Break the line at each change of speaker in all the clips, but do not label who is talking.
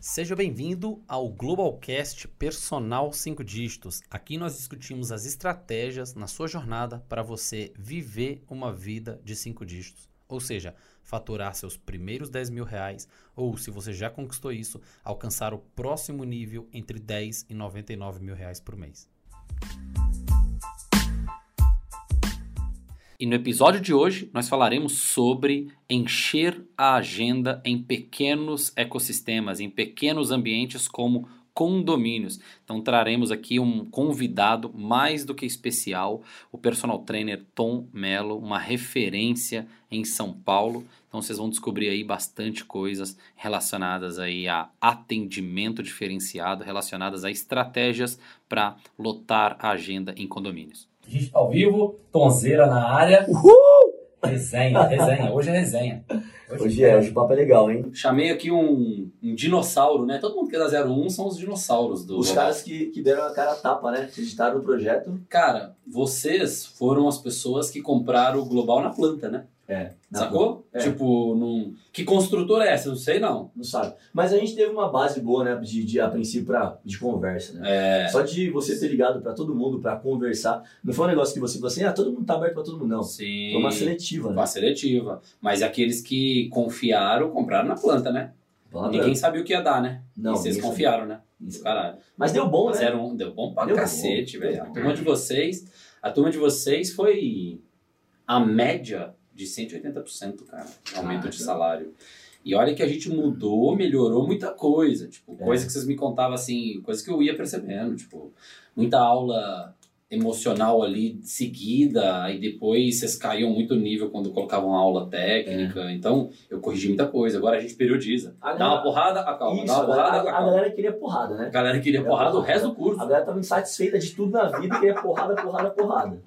Seja bem-vindo ao Globalcast Personal 5 Dígitos. Aqui nós discutimos as estratégias na sua jornada para você viver uma vida de 5 dígitos. Ou seja, faturar seus primeiros 10 mil reais, ou se você já conquistou isso, alcançar o próximo nível entre 10 e 99 mil reais por mês. E no episódio de hoje nós falaremos sobre encher a agenda em pequenos ecossistemas, em pequenos ambientes como condomínios. Então traremos aqui um convidado mais do que especial, o personal trainer Tom Mello, uma referência em São Paulo. Então vocês vão descobrir aí bastante coisas relacionadas aí a atendimento diferenciado, relacionadas a estratégias para lotar a agenda em condomínios. A gente tá ao vivo, tonzeira na área. Resenha, resenha. Hoje é resenha.
Hoje é, hoje o papo é legal, hein?
Chamei aqui um, um dinossauro, né? Todo mundo que é da 01 são os dinossauros do.
Os caras que, que deram a cara a tapa, né? Acreditaram no projeto.
Cara, vocês foram as pessoas que compraram o Global na planta, né?
É.
Sacou?
É.
Tipo, num... que construtora é essa? Eu Não sei não.
Não sabe. Mas a gente teve uma base boa, né? De, de- a princípio, pra, de conversa, né?
É.
Só de você ter ligado pra todo mundo, pra conversar. Não foi um negócio que você falou assim, ah, todo mundo tá aberto pra todo mundo, não.
Sim.
Foi uma seletiva, né?
Uma seletiva. Mas é aqueles que confiaram, compraram na planta, né?
Palavra-
Ninguém sabia o que ia dar, né?
Não,
e vocês
ninguém
confiaram, né?
Isso.
Caralho.
Mas deu bom, né?
01 deu bom pra
Deu bom,
cacete,
deu
velho. A
bom.
turma de vocês, a turma de vocês foi a média de 180%, cara, de aumento de
Caraca.
salário. E olha que a gente mudou, melhorou muita coisa, tipo,
É.
coisa que vocês me contavam assim, coisa que eu ia percebendo, tipo, muita aula emocional ali seguida, e depois vocês caíam muito nível quando colocavam aula técnica.
É.
Então, eu corrigi muita coisa. Agora a gente periodiza.
A
Dá uma
galera-
porrada, acalma.
Isso,
Dá
a,
uma porrada,
galera, a
acalma.
galera queria porrada,
A
né?
galera queria porrada o resto do curso.
A galera tava insatisfeita de tudo na vida e queria porrada, porrada, porrada.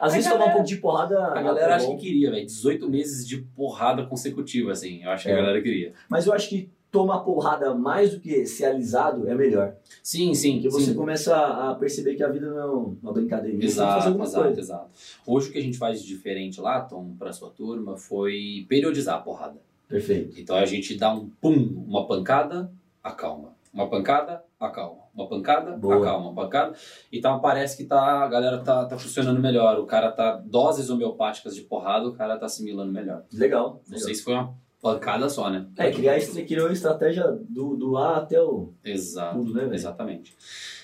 Às
A
vezes tomar um
galera-
pouco de porrada.
A galera
é
acha
bom.
que queria, velho. 18 meses de porrada consecutiva, assim. Eu acho que a
É.
galera queria.
Mas eu acho que tomar porrada mais do que ser alisado é melhor.
Sim, sim.
Porque você
sim.
começa a a perceber que a vida não é uma brincadeirinha. Você tem que fazer
Exato,
alguma
exato,
coisa.
exato. Hoje o que a gente faz de diferente lá, Tom, pra sua turma, foi periodizar a porrada.
Perfeito.
Então a gente dá um pum, uma pancada, acalma. Uma pancada, acalma. Uma pancada,
Boa.
acalma. Uma pancada. Então parece que tá, a galera tá, tá funcionando melhor. O cara tá. Doses homeopáticas de porrada, o cara tá assimilando melhor.
Legal.
Não sei se foi uma pancada só, né?
É, criar, estra- criar uma estratégia do, do A até o
Exato.
tudo, né, velho?
Exatamente.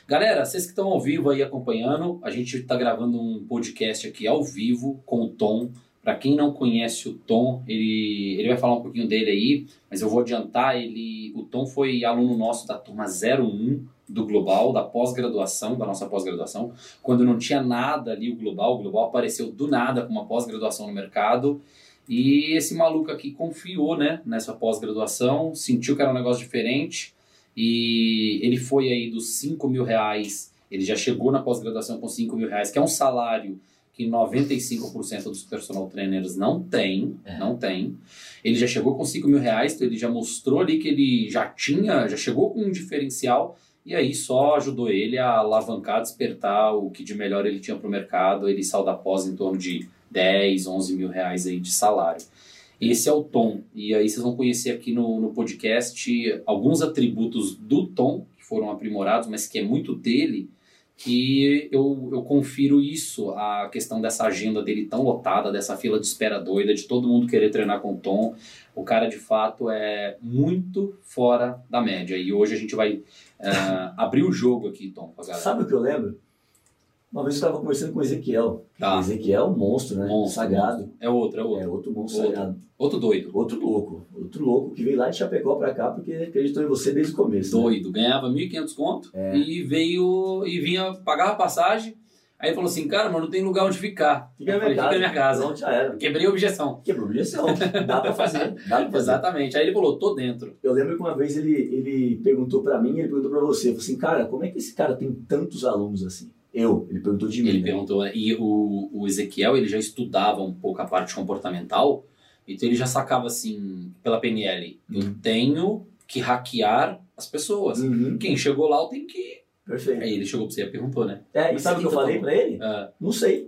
Galera, vocês que estão ao vivo aí acompanhando, a gente está gravando um podcast aqui ao vivo com o Tom. Para quem não conhece o Tom, ele, ele vai falar um pouquinho dele aí, mas eu vou adiantar, ele o Tom foi aluno nosso da turma 01 do Global, da pós-graduação, da nossa pós-graduação, quando não tinha nada ali o Global, o Global apareceu do nada com uma pós-graduação no mercado. E esse maluco aqui confiou, né, nessa pós-graduação, sentiu que era um negócio diferente, e ele foi aí dos 5 mil reais, ele já chegou na pós-graduação com 5 mil reais, que é um salário que 95% dos personal trainers não tem,
É.
não tem. Ele já chegou com 5 mil reais, então ele já mostrou ali que ele já tinha, já chegou com um diferencial, e aí só ajudou ele a alavancar, despertar o que de melhor ele tinha para o mercado, ele saiu da pós em torno de 10, 11 mil reais aí de salário. Esse é o Tom. E aí vocês vão conhecer aqui no, no podcast alguns atributos do Tom, que foram aprimorados, mas que é muito dele, que eu, eu confiro isso, a questão dessa agenda dele tão lotada, dessa fila de espera doida, de todo mundo querer treinar com o Tom. O cara, de fato, é muito fora da média. E hoje a gente vai eh, abrir o jogo aqui, Tom, pra galera.
Sabe o que eu lembro? Uma vez eu estava conversando com o Ezequiel. O
Tá.
Ezequiel é um monstro, né?
Monstro,
sagrado.
É outro, é outro.
É outro monstro
Outro.
sagrado.
Outro doido.
Outro louco. Outro louco que veio lá de Chapecó pra cá porque acreditou em você desde o começo. né?
doido, ganhava 1.500 conto
É.
e veio e vinha pagar a passagem. Aí falou assim: "Cara, mano, não tem lugar onde ficar.
Fica
Eu
na
falei,
minha casa.
Fica na minha casa.
Não, já era.
Quebrei a objeção.
Quebrou objeção. Dá pra fazer. Dá pra fazer.
Exatamente. Aí ele falou: "Tô dentro".
Eu lembro que uma vez ele, ele perguntou pra mim, ele perguntou pra você. Falou assim, cara, como é que esse cara tem tantos alunos assim? Eu. Ele perguntou de mim.
Ele
né?
perguntou né? e o, o Ezequiel, ele já estudava um pouco a parte comportamental, então ele já sacava assim pela PNL: "Eu
Uhum.
tenho que hackear as pessoas.
Uhum.
Quem chegou lá, eu tenho que
Perfeito.
Aí ele chegou pra você e perguntou, né?
É, e
Mas
sabe o que
eita,
eu falei
tá bom.
pra ele?
Ah.
Não sei.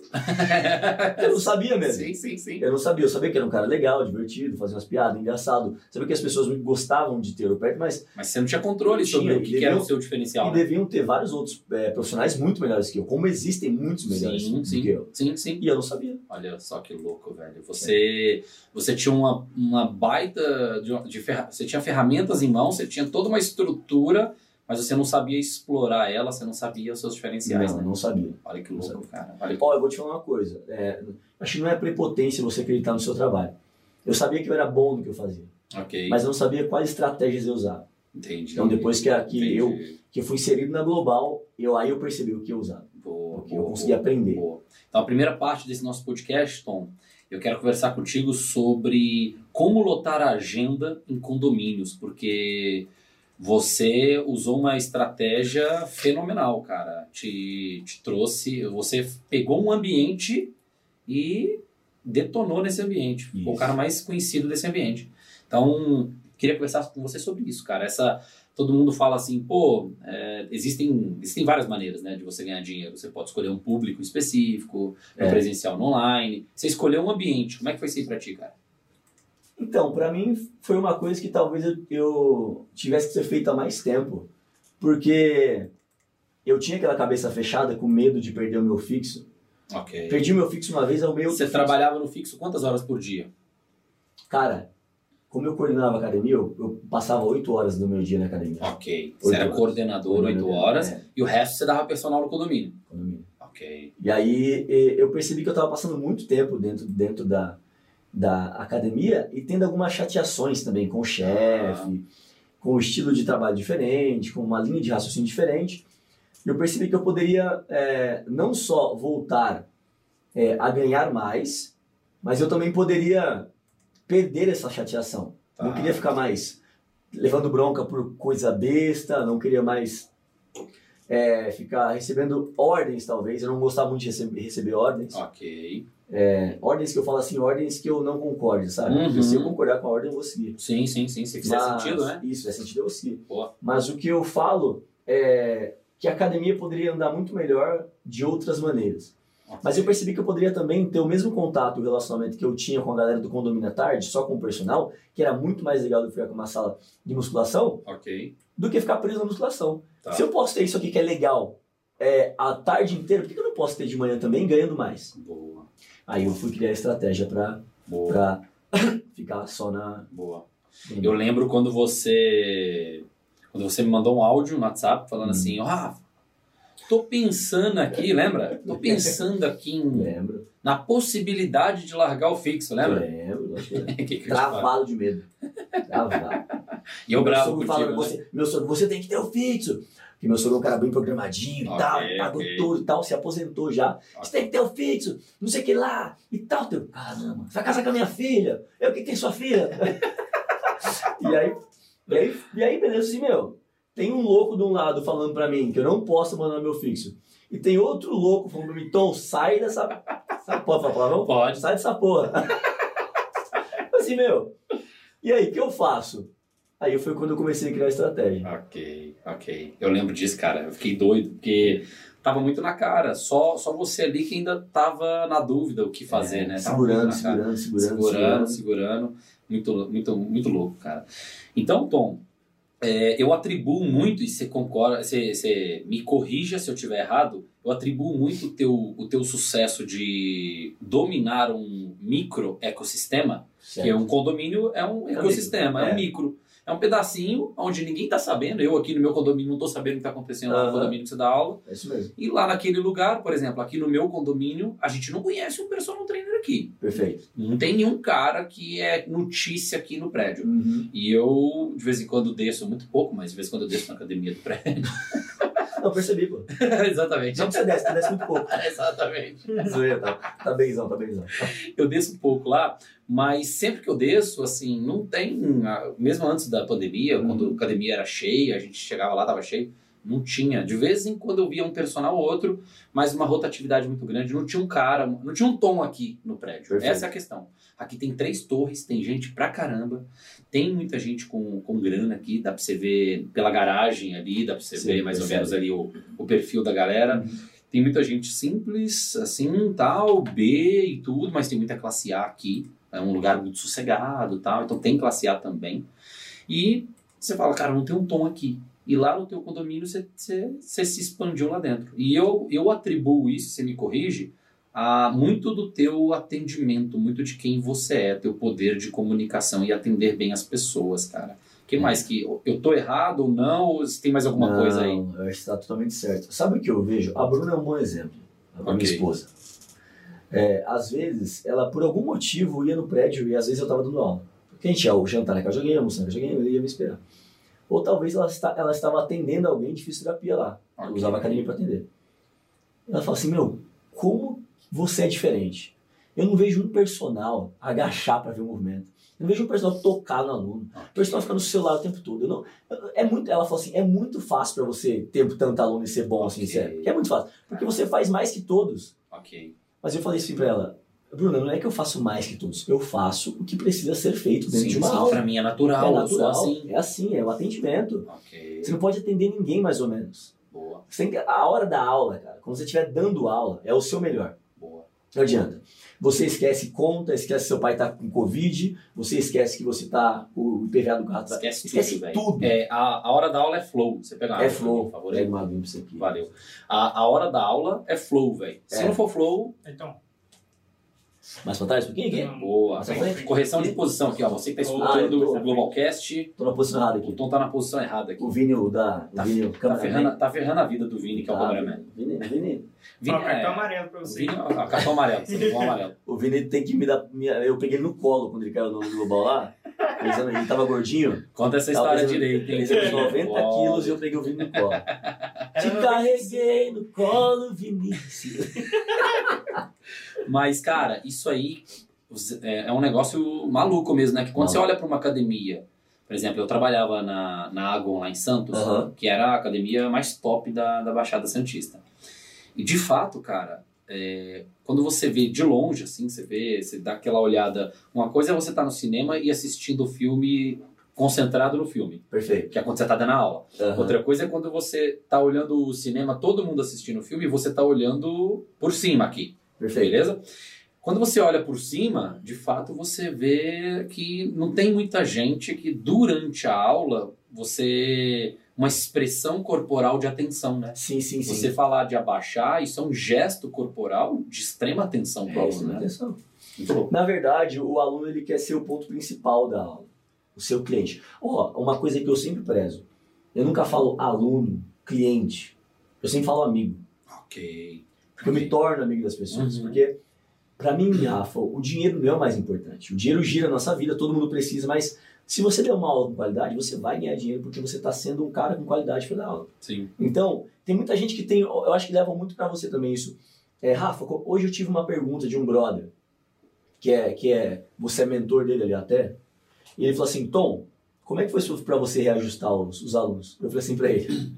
Eu não sabia mesmo.
sim, sim, sim.
Eu não sabia, eu sabia que era um cara legal, divertido, fazia umas piadas, engraçado. Sabia que as pessoas muito gostavam de ter o perto, mas
Mas você não tinha controle sobre
Tinha,
o que,
ele
que era o
deu-
seu diferencial. né?
e deviam ter vários outros é, profissionais muito melhores que eu, como existem muitos melhores
Sim,
assim, do que eu.
sim, sim, sim.
E eu não sabia.
Olha só que louco, velho. Você, você tinha uma, uma baita. De, de ferra- Você tinha ferramentas em mãos, você tinha toda uma estrutura, mas você não sabia explorar ela, você não sabia os seus diferenciais,
não,
né?
não sabia.
Olha que louco,
Não
cara. Olha que...
Ó, eu vou te falar uma coisa. é, acho que não é prepotência você acreditar no seu trabalho. Eu sabia que eu era bom no que eu fazia,
Ok.
mas eu não sabia quais estratégias eu usava.
Entendi.
Então depois que, que, eu,
Entendi.
que eu fui inserido na Global, eu, aí eu percebi o que eu usava.
Boa,
O que eu
boa,
consegui aprender.
Boa. Então, a primeira parte desse nosso podcast, Tom, eu quero conversar contigo sobre como lotar a agenda em condomínios, porque você usou uma estratégia fenomenal, cara. Te, te trouxe, você pegou um ambiente e detonou nesse ambiente. Ficou o
Isso.
cara mais conhecido desse ambiente. Então, queria conversar com você sobre isso, cara. Essa todo mundo fala assim, pô, é, existem existem várias maneiras, né, de você ganhar dinheiro. Você pode escolher um público específico, no
É.
presencial, no online. Você escolheu um ambiente. Como é que foi isso aí pra ti, cara?
Então, pra mim foi uma coisa que talvez eu, eu tivesse que ser feita há mais tempo, porque eu tinha aquela cabeça fechada com medo de perder o meu fixo.
Ok.
Perdi o meu fixo uma vez, é o meu
Você trabalhava no fixo quantas horas por dia?
Cara, como eu coordenava a academia, eu, eu passava oito horas do meu dia na academia.
Ok.
Né? Oito
Você era
horas.
coordenador oito horas
É,
e o resto você dava personal no condomínio.
condomínio.
Ok.
E aí e- eu percebi que eu estava passando muito tempo dentro, dentro da, da academia e tendo algumas chateações também com o chefe, com o estilo de trabalho diferente, com uma linha de raciocínio diferente. E eu percebi que eu poderia é, não só voltar é, a ganhar mais, mas eu também poderia perder essa chateação.
Tá.
Não queria ficar mais levando bronca por coisa besta, não queria mais é, ficar recebendo ordens, talvez. Eu não gostava muito de recebe- receber ordens.
Ok.
É, ordens que eu falo assim, ordens que eu não concordo, sabe?
Uhum.
Porque se eu concordar com a ordem, eu vou seguir.
Sim, sim, sim. Se fizer
Mas-
sentido, né?
Isso, é sentido, eu vou seguir.
Boa.
Mas o que eu falo é que a academia poderia andar muito melhor de outras maneiras. Mas eu percebi que eu poderia também ter o mesmo contato, o relacionamento que eu tinha com a galera do condomínio à tarde, só com o personal, que era muito mais legal do que ficar com uma sala de musculação,
Ok.
do que ficar preso na musculação.
Tá.
Se eu posso ter isso aqui que é legal é, a tarde inteira, por que que eu não posso ter de manhã também ganhando mais?
Boa.
Aí eu fui criar estratégia pra,
Boa.
pra ficar só na.
Boa. Eu lembro quando você quando você me mandou um áudio no WhatsApp falando
Hum.
assim, ó, Rafa, tô pensando aqui, lembra? Tô pensando aqui em-
Lembro.
na possibilidade de largar o fixo, lembra?
Lembro. acho que- é.
Que que eu te falo?
Travado de medo. Travado.
E eu
Meu
bravo
sogro
contigo,
fala,
né?
você, meu sogro, você tem que ter o fixo. Porque meu sogro é um cara bem programadinho
Ok,
e tal, pagou
ok.
tudo e tal, se aposentou já. Você tem que ter o fixo, não sei o que lá e tal. Teu, caramba, você vai casar com a minha filha? Eu que tenho sua filha? e, aí, e, aí, e aí, beleza, assim, meu. Tem um louco de um lado falando pra mim que eu não posso mandar meu fixo. E tem outro louco falando pra mim, Tom, sai dessa. Essa porra, fala palavrão?
Pode.
Sai dessa porra. assim, meu. E aí, o que eu faço? Aí foi quando eu comecei a criar estratégia.
Ok, ok. Eu lembro disso, cara. Eu fiquei doido, porque tava muito na cara. Só, só você ali que ainda tava na dúvida o que fazer, né? Tava muito
É, Segurando,
na cara.
segurando, segurando,
segurando,
segurando.
segurando. Muito, muito, muito louco, cara. Então, Tom, é, eu atribuo muito, e você concorda, você, você me corrija se eu estiver errado, eu atribuo muito o teu, o teu sucesso de dominar um micro ecossistema,
Certo.
que é um condomínio é um ecossistema, é,
É.
um micro. É um pedacinho onde ninguém tá sabendo. Eu aqui no meu condomínio não tô sabendo o que tá acontecendo lá no
Aham.
condomínio que você dá aula.
É isso mesmo.
E lá naquele lugar, por exemplo, aqui no meu condomínio, a gente não conhece um personal trainer aqui.
Perfeito.
Não tem nenhum cara que é notícia aqui no prédio.
Uhum.
E eu, de vez em quando, desço, muito pouco, mas de vez em quando eu desço na academia do prédio.
Não, percebi, pô.
exatamente.
Não que você desce, você desce muito pouco.
exatamente.
Zoeira, tá, tá benzão, tá benzão.
Eu desço um pouco lá, mas sempre que eu desço, assim, não tem. ah, Mesmo antes da pandemia,
Uhum.
quando a academia era cheia, a gente chegava lá, tava cheio. Não tinha. De vez em quando eu via um personal ou outro, mas uma rotatividade muito grande. Não tinha um cara, não tinha um tom aqui no prédio.
Perfeito.
Essa é a questão. Aqui tem três torres, tem gente pra caramba. Tem muita gente com, com grana aqui, dá pra você ver pela garagem ali, dá pra você
Sim, Uhum.
ver mais
percebe.
ou menos ali o, o perfil da galera. Tem muita gente simples, assim, tal, B e tudo, mas tem muita classe A aqui. É um lugar muito sossegado tal, então tem classe A também. E você fala, cara, não tem um tom aqui. E lá no teu condomínio você, você, você se expandiu lá dentro. E eu, eu atribuo isso, você me corrige, a muito do teu atendimento, muito de quem você é, teu poder de comunicação e atender bem as pessoas, cara. que
É.
mais que eu tô errado ou não? Ou se tem mais alguma
Não,
coisa aí?
Eu acho que está totalmente certo. Sabe o que eu vejo? A Bruna é um bom exemplo. A Bruna,
Ok.
minha esposa. É, às vezes, ela por algum motivo ia no prédio e às vezes eu estava dando aula. Porque a gente ia jantar né? na casa de alguém, almoçar na casa de alguém, ele ia me esperar. Ou talvez ela, está- ela estava atendendo alguém de fisioterapia lá. Eu
Ok.
usava a academia para atender. Ela fala assim, meu, como você é diferente? Eu não vejo um personal agachar para ver o movimento. Eu não vejo um personal tocar no aluno. O personal fica no celular o tempo todo. Eu não, eu- é muito, ela falou assim, é muito fácil para você ter tanto aluno e ser bom assim,
Ok.
sério. Porque é muito fácil. Porque você faz mais que todos.
Ok.
Mas eu falei assim para ela, Bruna, não é que eu faço mais que todos. Eu faço o que precisa ser feito dentro de
Sim,
uma
sim,
aula.
pra mim é natural,
é
eu sou
natural,
assim.
é assim, é o atendimento.
Ok,
Você não pode atender ninguém mais ou menos.
boa,
Você tem que- a hora da aula, cara, quando você estiver dando aula, é o seu melhor.
boa.
Não adianta. Você esquece conta, esquece que seu pai tá com Covid, você esquece que você tá com o IPVA do carro. tá-
Esquece,
esquece
tudo, velho.
tudo.
É, a, a hora da aula é flow. Você pega uma
é
água pra mim,
flow.
por favor, aí.
Pega uma aguinha pra você aqui.
Valeu. A, a hora da aula é flow, velho. Se
É.
não for flow,
Então,
Mais pra trás um pouquinho aqui?
boa.
Essa
foi?
Correção de posição aqui, ó. Você que tá
Ah, eu
escutando
tô-
o Globalcast,
Tô na posição errada
o
aqui.
Tom tá na posição errada aqui.
O Vini, o da...
Tá-
o Vini, o
Tá
cameraman.
ferrando, tá ferrando a vida do Vini, que é o cameraman.
Ah, Vini, Vini.
Vini,
Ó, cartão
é,
amarelo pra
o
você.
Vini, ó, cartão amarelo, você levou um amarelo.
O Vini tem que me dar... me- Eu peguei ele no colo quando ele caiu no global lá. Pensando, ele tava gordinho.
Conta essa história
Talvez Tá, eu-
direito, hein?
Ele pesava 90
Ó,
quilos e um eu peguei o Vini no colo.
Era
Te
no-
carreguei no colo, Vinícius.
Mas, cara, isso aí os- é é um negócio maluco mesmo, né? Que quando você
Maluco.
olha pra uma academia, por exemplo, eu trabalhava na, na Agon lá em Santos,
Aham.
que era a academia mais top da, da Baixada Santista. E de fato, cara, é, quando você vê de longe, assim, você vê, você dá aquela olhada. Uma coisa é você estar no cinema e assistindo o filme concentrado no filme,
Perfeito.
que é quando você tá dando aula.
Aham.
Outra coisa é quando você tá olhando o cinema, todo mundo assistindo o filme, e você tá olhando por cima aqui.
Perfeito.
Beleza? Quando você olha por cima, de fato você vê que não tem muita gente que durante a aula você. uma expressão corporal de atenção, né?
Sim, sim, sim.
Você falar de abaixar, isso é um gesto corporal de extrema atenção para
É,
o
isso,
aluno, né?
atenção.
Muito louco.
Na verdade, o aluno ele quer ser o ponto principal da aula, o seu cliente. Ó, uma coisa que eu sempre prezo. Eu nunca falo aluno, cliente. Eu sempre falo amigo.
Ok.
Porque eu me torno amigo das pessoas.
Uhum.
Porque, pra mim, Rafa, o dinheiro não é o mais importante. O dinheiro gira a nossa vida, todo mundo precisa, mas se você der uma aula com qualidade, você vai ganhar dinheiro porque você está sendo um cara com qualidade pela aula.
Sim.
Então, tem muita gente que tem, eu acho que leva muito pra você também isso. É, Rafa, co- hoje eu tive uma pergunta de um brother, que é, que é, você é mentor dele ali até, e ele falou assim, Tom, como é que foi su- pra você reajustar os, os alunos? Eu falei assim pra ele,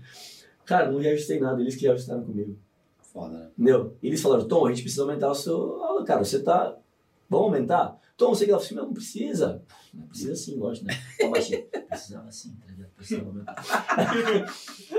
cara, não reajustei nada, eles que reajustaram comigo,
Foda, né?
entendeu? E eles falaram, Tom, a gente precisa aumentar o seu aula, cara, você tá, vamos aumentar? Tom, você que lá, assim, não não precisa. Não precisa sim, lógico, né? Tom, mas, assim, precisava sim, tá ligado? precisava aumentar.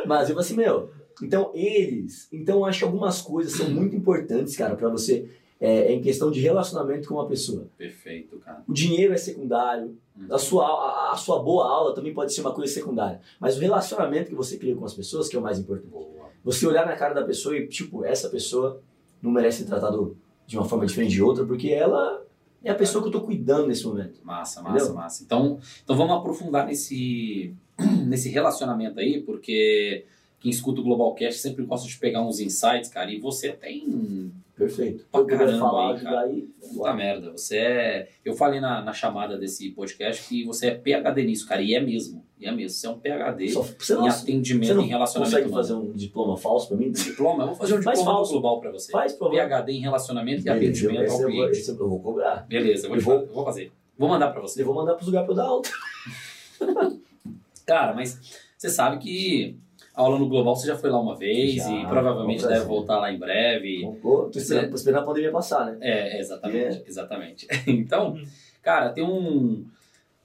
Mas eu falei assim, meu, então eles. Então eu acho que algumas coisas são muito importantes, cara, pra você. É, em questão de relacionamento com uma pessoa.
Perfeito, cara.
O dinheiro é secundário, a sua, a, a sua boa aula também pode ser uma coisa secundária. Mas o relacionamento que você cria com as pessoas que é o mais importante.
Boa.
Você olhar na cara da pessoa e, tipo, essa pessoa não merece ser tratada de uma forma diferente de outra, porque ela é a pessoa que eu tô cuidando nesse momento.
Massa, massa,
Entendeu?
massa. Então, então vamos aprofundar nesse, nesse relacionamento aí, porque quem escuta o Globalcast sempre gosta de pegar uns insights, cara, e você tem.
Perfeito.
Pra
Eu puder
caramba,
falar,
hein, cara.
ajudar aí.
Puta merda, você é. Eu falei na, na chamada desse podcast que você é PHD nisso, cara, e é mesmo. E é mesmo. Você é um PHD
Só, você
em
não você
atendimento,
não
em relacionamento
consegue
humano.
fazer um diploma falso pra mim?
Diploma? Eu vou fazer um
Faz
diploma do
falso.
global pra você.
Faz, por favor.
PHD em relacionamento e
Beleza,
atendimento
esse
ao
eu vou-
cliente.
esse eu vou cobrar.
Beleza, eu vou,
Eu
te
vou-
fa- eu vou fazer. Vou mandar pra você.
Eu vou mandar pros lugares pra eu dar aula.
Cara, mas você sabe que aula no Global você já foi lá uma vez
Já,
e provavelmente
com
deve
prazer.
voltar lá em breve.
Tô esperando, tô esperando a pandemia passar, né?
É, exatamente, exatamente. Então, cara, tem um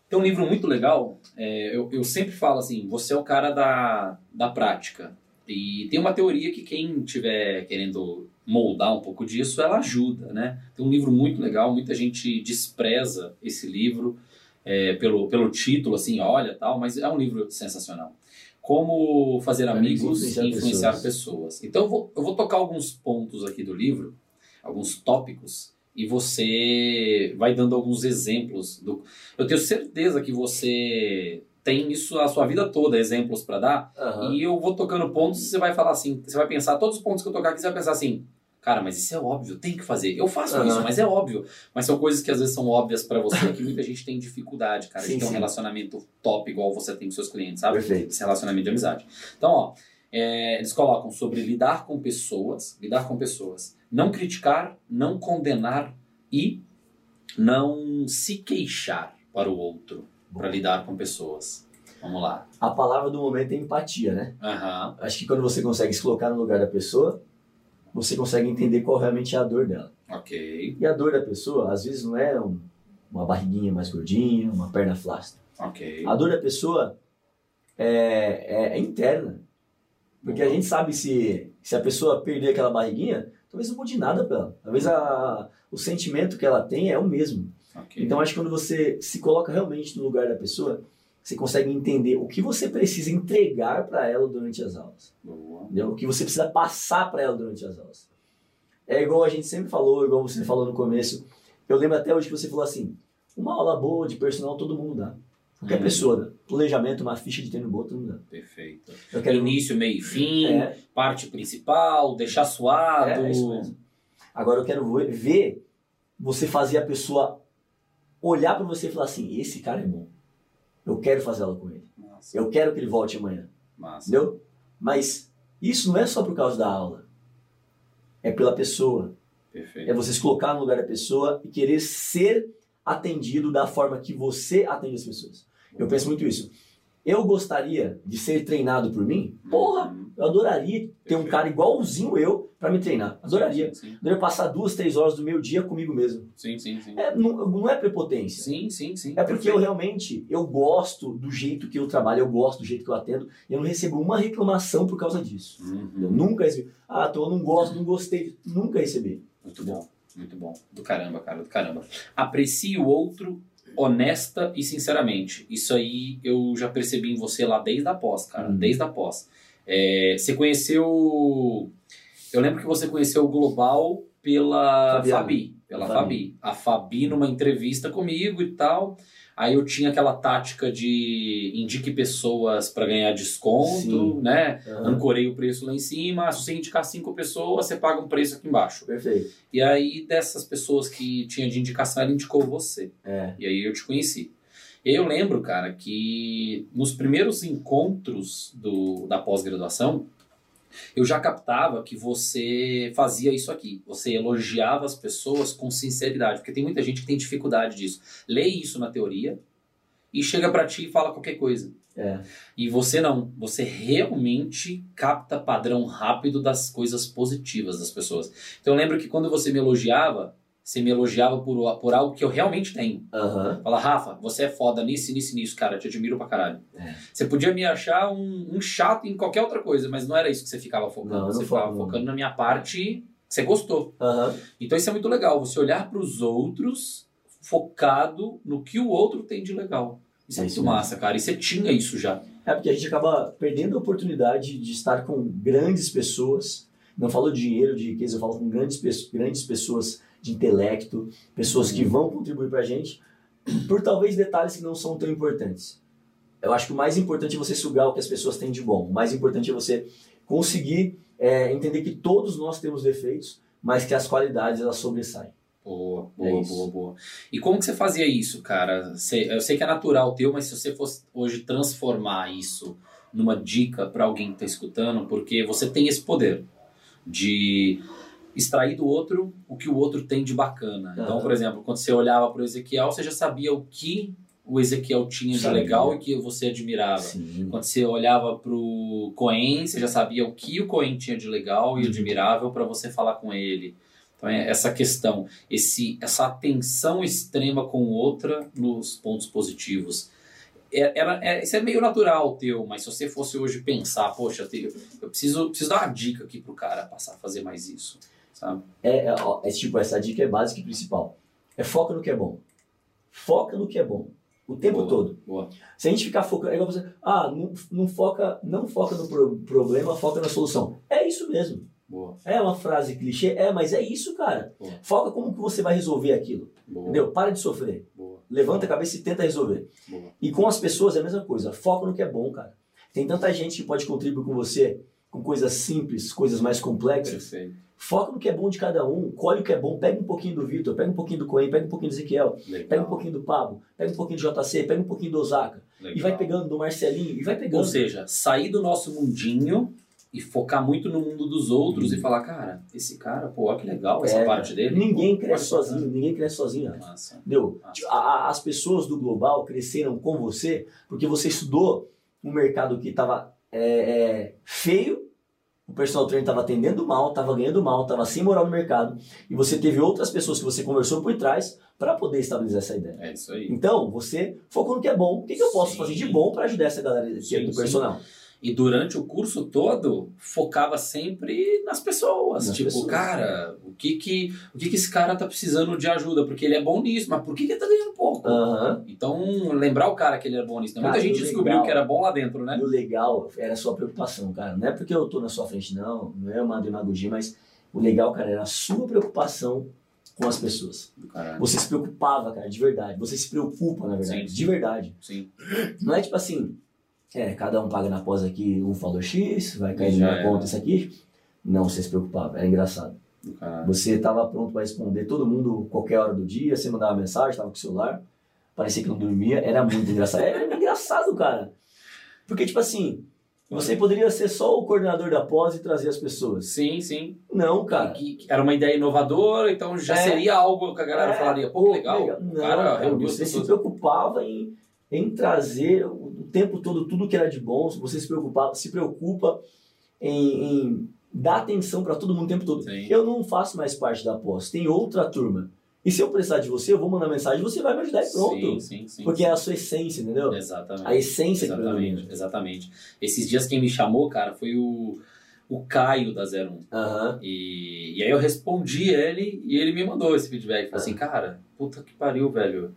tem um livro muito legal. é, eu, eu sempre falo assim, você é o cara da, da prática. E tem uma teoria que quem tiver querendo moldar um pouco disso, ela ajuda, né? Tem um livro muito legal, muita gente despreza esse livro é, pelo, pelo título, assim, olha tal, mas é um livro sensacional. Como fazer
Amigos
amigos
e
e
influenciar
influenciar pessoas. Então eu vou, eu vou tocar alguns pontos aqui do livro, alguns tópicos, e você vai dando alguns exemplos. Do... Eu tenho certeza que você tem isso a sua vida toda, exemplos para dar,
Aham.
e eu vou tocando pontos, você vai falar assim, você vai pensar, todos os pontos que eu tocar aqui, você vai pensar assim, cara, mas isso é óbvio, tem que fazer. Eu faço
Aham.
isso, mas é óbvio. Mas são coisas que às vezes são óbvias pra você que muita gente tem dificuldade, cara, de
Sim,
ter um
sim.
relacionamento top igual você tem com seus clientes, sabe?
Perfeito.
Esse relacionamento de amizade. Então, ó, é, eles colocam sobre lidar com pessoas, lidar com pessoas, não criticar, não condenar e não se queixar para o outro,
Bom.
para lidar com pessoas. Vamos lá.
A palavra do momento é empatia, né?
Aham.
Acho que quando você consegue se colocar no lugar da pessoa, você consegue entender qual realmente é a dor dela.
Ok.
E a dor da pessoa, às vezes, não é um- uma barriguinha mais gordinha, uma perna flácida.
Ok.
A dor da pessoa é, é- é interna. Porque a gente sabe se, se a pessoa perder aquela barriguinha, talvez não mude nada pra ela. Talvez a- o sentimento que ela tem é o mesmo.
Ok.
Então acho que quando você se coloca realmente no lugar da pessoa, você consegue entender o que você precisa entregar para ela durante as aulas,
Boa.
entendeu? O que você precisa passar para ela durante as aulas. É igual a gente sempre falou, igual você falou no começo. Eu lembro até hoje que você falou assim: uma aula boa de personal todo mundo dá. Qualquer
Uhum.
pessoa, dá. planejamento, uma ficha de treino boa, todo mundo dá.
Perfeito.
Eu quero
Início, meio e fim,
é,
parte principal, deixar suado.
é isso mesmo. Agora eu quero ver- ver você fazer a pessoa olhar para você e falar assim: esse cara é bom. Eu quero fazer aula com ele.
Massa.
Eu quero que ele volte amanhã,
Massa.
entendeu? Mas isso não é só por causa da aula. É pela pessoa. É
Perfeito.
você se colocar no lugar da pessoa e querer ser atendido da forma que você atende as pessoas. Eu penso muito isso. Eu gostaria de ser treinado por mim? Porra!
Uhum.
Eu adoraria ter um
Perfeito.
cara igualzinho eu pra me treinar. Adoraria.
Sim,
Adoraria passar duas, três horas do meu dia comigo mesmo.
sim, sim. Sim,
É, não, não é prepotência.
sim, sim. sim.
É porque eu realmente eu gosto do jeito que eu trabalho, eu gosto do jeito que eu atendo, e eu não recebo uma reclamação por causa disso. Eu
Uhum.
nunca recebi. Ah, tô, eu não gosto, não gostei. Nunca recebi.
Muito bom. Muito bom. Do caramba, cara. Do caramba. Aprecie o outro honesta e sinceramente. Isso aí eu já percebi em você lá desde a pós, cara.
Uhum.
Desde a pós. É, você conheceu... Eu lembro que você conheceu o Global pela
Fabiana.
Fabi. Pela
Fabi.
Fabi. A Fabi numa entrevista comigo e tal. Aí eu tinha aquela tática de indique pessoas para ganhar desconto,
Sim.
né?
Aham,
Ancorei o preço lá em cima. Se você indicar cinco pessoas, você paga um preço aqui embaixo.
Perfeito.
E aí, dessas pessoas que tinha de indicação, ela indicou você.
É.
E aí eu te conheci. E aí eu lembro, cara, que nos primeiros encontros do, da pós-graduação, eu já captava que você fazia isso aqui. Você elogiava as pessoas com sinceridade, porque tem muita gente que tem dificuldade disso. Lê isso na teoria e chega pra ti e fala qualquer coisa.
É.
E você não. Você realmente capta padrão rápido das coisas positivas das pessoas. Então eu lembro que quando você me elogiava, você me elogiava por, por algo que eu realmente tenho.
Aham.
Fala, Rafa, você é foda nisso, nisso, nisso, cara, eu te admiro pra caralho.
É.
Você podia me achar um, um chato em qualquer outra coisa, mas não era isso que você ficava focando.
Não, eu não
você ficava
foco, não.
focando na minha parte que você gostou.
Aham.
Então isso é muito legal, você olhar pros outros focado no que o outro tem de legal. Isso é,
É
muito
isso mesmo.
massa, cara. E você tinha isso já.
É porque a gente acaba perdendo a oportunidade de estar com grandes pessoas. Não falo de dinheiro, de riqueza, eu falo com grandes, pe- grandes pessoas de intelecto, pessoas que vão contribuir pra gente, por talvez detalhes que não são tão importantes. Eu acho que o mais importante é você sugar o que as pessoas têm de bom. O mais importante é você conseguir é, entender que todos nós temos defeitos, mas que as qualidades elas sobressaem.
Boa,
É
boa,
isso.
boa, boa. E como que você fazia isso, cara? Você- eu sei que é natural teu, mas se você fosse hoje transformar isso numa dica para alguém que tá escutando, porque você tem esse poder de extrair do outro o que o outro tem de bacana. Então,
Aham.
por exemplo, quando você olhava para o Ezequiel, você já sabia o que o Ezequiel tinha de
Sabia.
legal e que você admirava.
Sim.
Quando você olhava pro Coen, você já sabia o que o Coen tinha de legal e
Uhum.
admirável para você falar com ele. Então é essa questão, esse, essa atenção extrema com outra nos pontos positivos. É- Era, é, isso é meio natural teu, mas se você fosse hoje pensar, poxa, eu, tenho- eu preciso, preciso dar uma dica aqui pro cara passar a fazer mais isso, sabe?
É, é, ó, é tipo, essa dica é básica e principal. É foca no que é bom. Foca no que é bom. O tempo
Boa.
todo.
Boa.
Se a gente ficar focando, é igual você, ah, não, não foca, não foca no pro- problema, foca na solução. É isso mesmo.
Boa,
É uma frase clichê, é, mas é isso, cara.
Boa.
Foca como que você vai resolver aquilo.
boa,
Entendeu? Para de sofrer.
boa,
Levanta a cabeça e tenta resolver.
boa.
E com as pessoas é a mesma coisa. Foca no que é bom, cara. Tem tanta gente que pode contribuir com você com coisas simples, coisas mais complexas.
Perfeito,
Foca no que é bom de cada um, colhe o que é bom, pega um pouquinho do Vitor, pega um pouquinho do Coen, pega um pouquinho do Ezequiel, pega um
legal,
pouquinho do Pablo, pega um pouquinho do JC, pega um pouquinho do Osaka.
legal.
E vai pegando do Marcelinho, e vai
Ou
pegando.
seja, sair do nosso mundinho e focar muito no mundo dos outros e falar, cara, esse cara, pô, olha que legal essa
Uhum. É,
parte dele.
ninguém
Pô,
cresce
olha que
sozinho, ninguém cresce sozinho.
bacana.
né?
Massa.
Entendeu?
Massa.
Tipo, a- a- as pessoas do global cresceram com você porque você estudou um mercado que estava feio, o personal trainer estava atendendo mal, estava ganhando mal, estava sem moral no mercado, e você teve outras pessoas que você conversou por trás para poder estabilizar essa ideia.
É isso aí.
Então, você focou no que é bom. O que, que eu posso
Sim.
fazer de bom para ajudar essa galera aqui
Sim,
do
sim.
personal?
E durante o curso todo, focava sempre nas pessoas.
Nas
tipo,
pessoas.
cara, o que que, o que que esse cara tá precisando de ajuda? Porque ele é bom nisso, mas por que que ele tá ganhando pouco?
Aham.
Então, lembrar o cara que ele é bom nisso. Tem Muita
Cara,
gente
que
descobriu
legal.
que era bom lá dentro, né?
E o legal era a sua preocupação, cara. Não é porque eu tô na sua frente, não. Não é uma demagogia, mas o legal, cara, era a sua preocupação com as pessoas.
Do caralho.
Você se preocupava, cara, de verdade. Você se preocupa, na verdade,
Sim.
de verdade.
Sim.
Não é tipo assim, é, cada um paga na pós aqui, um falou X, vai cair
Já
na minha
era.
conta isso aqui. Não, você se preocupava, era engraçado.
Do caralho.
Você estava pronto para responder todo mundo qualquer hora do dia, você mandava mensagem, estava com o celular, parecia que não dormia, era muito engraçado. Era engraçado, cara. Porque, tipo assim, você poderia ser só o coordenador da pós e trazer as pessoas.
Sim, sim.
Não, cara.
Tá, Que- que era uma ideia inovadora, então já
É.
seria algo que a galera falaria, pô, que legal.
Não, é
O cara reuniu as
você se
pessoas.
preocupava em, em trazer o o tempo todo tudo que era de bom. Você se preocupava, se preocupa em, em dar atenção para todo mundo o tempo todo.
Sim.
Eu não faço mais parte da pós, tem outra turma. E se eu precisar de você, eu vou mandar mensagem, você vai me ajudar e pronto.
Sim, sim, sim.
Porque é a sua essência, entendeu?
Exatamente.
A essência que predomina.
Exatamente, exatamente. Esses dias quem me chamou, cara, foi o, o Caio da 01.
Aham.
E, e aí eu respondi ele e ele me mandou esse feedback. Falei assim,
É.
cara, puta que pariu, velho.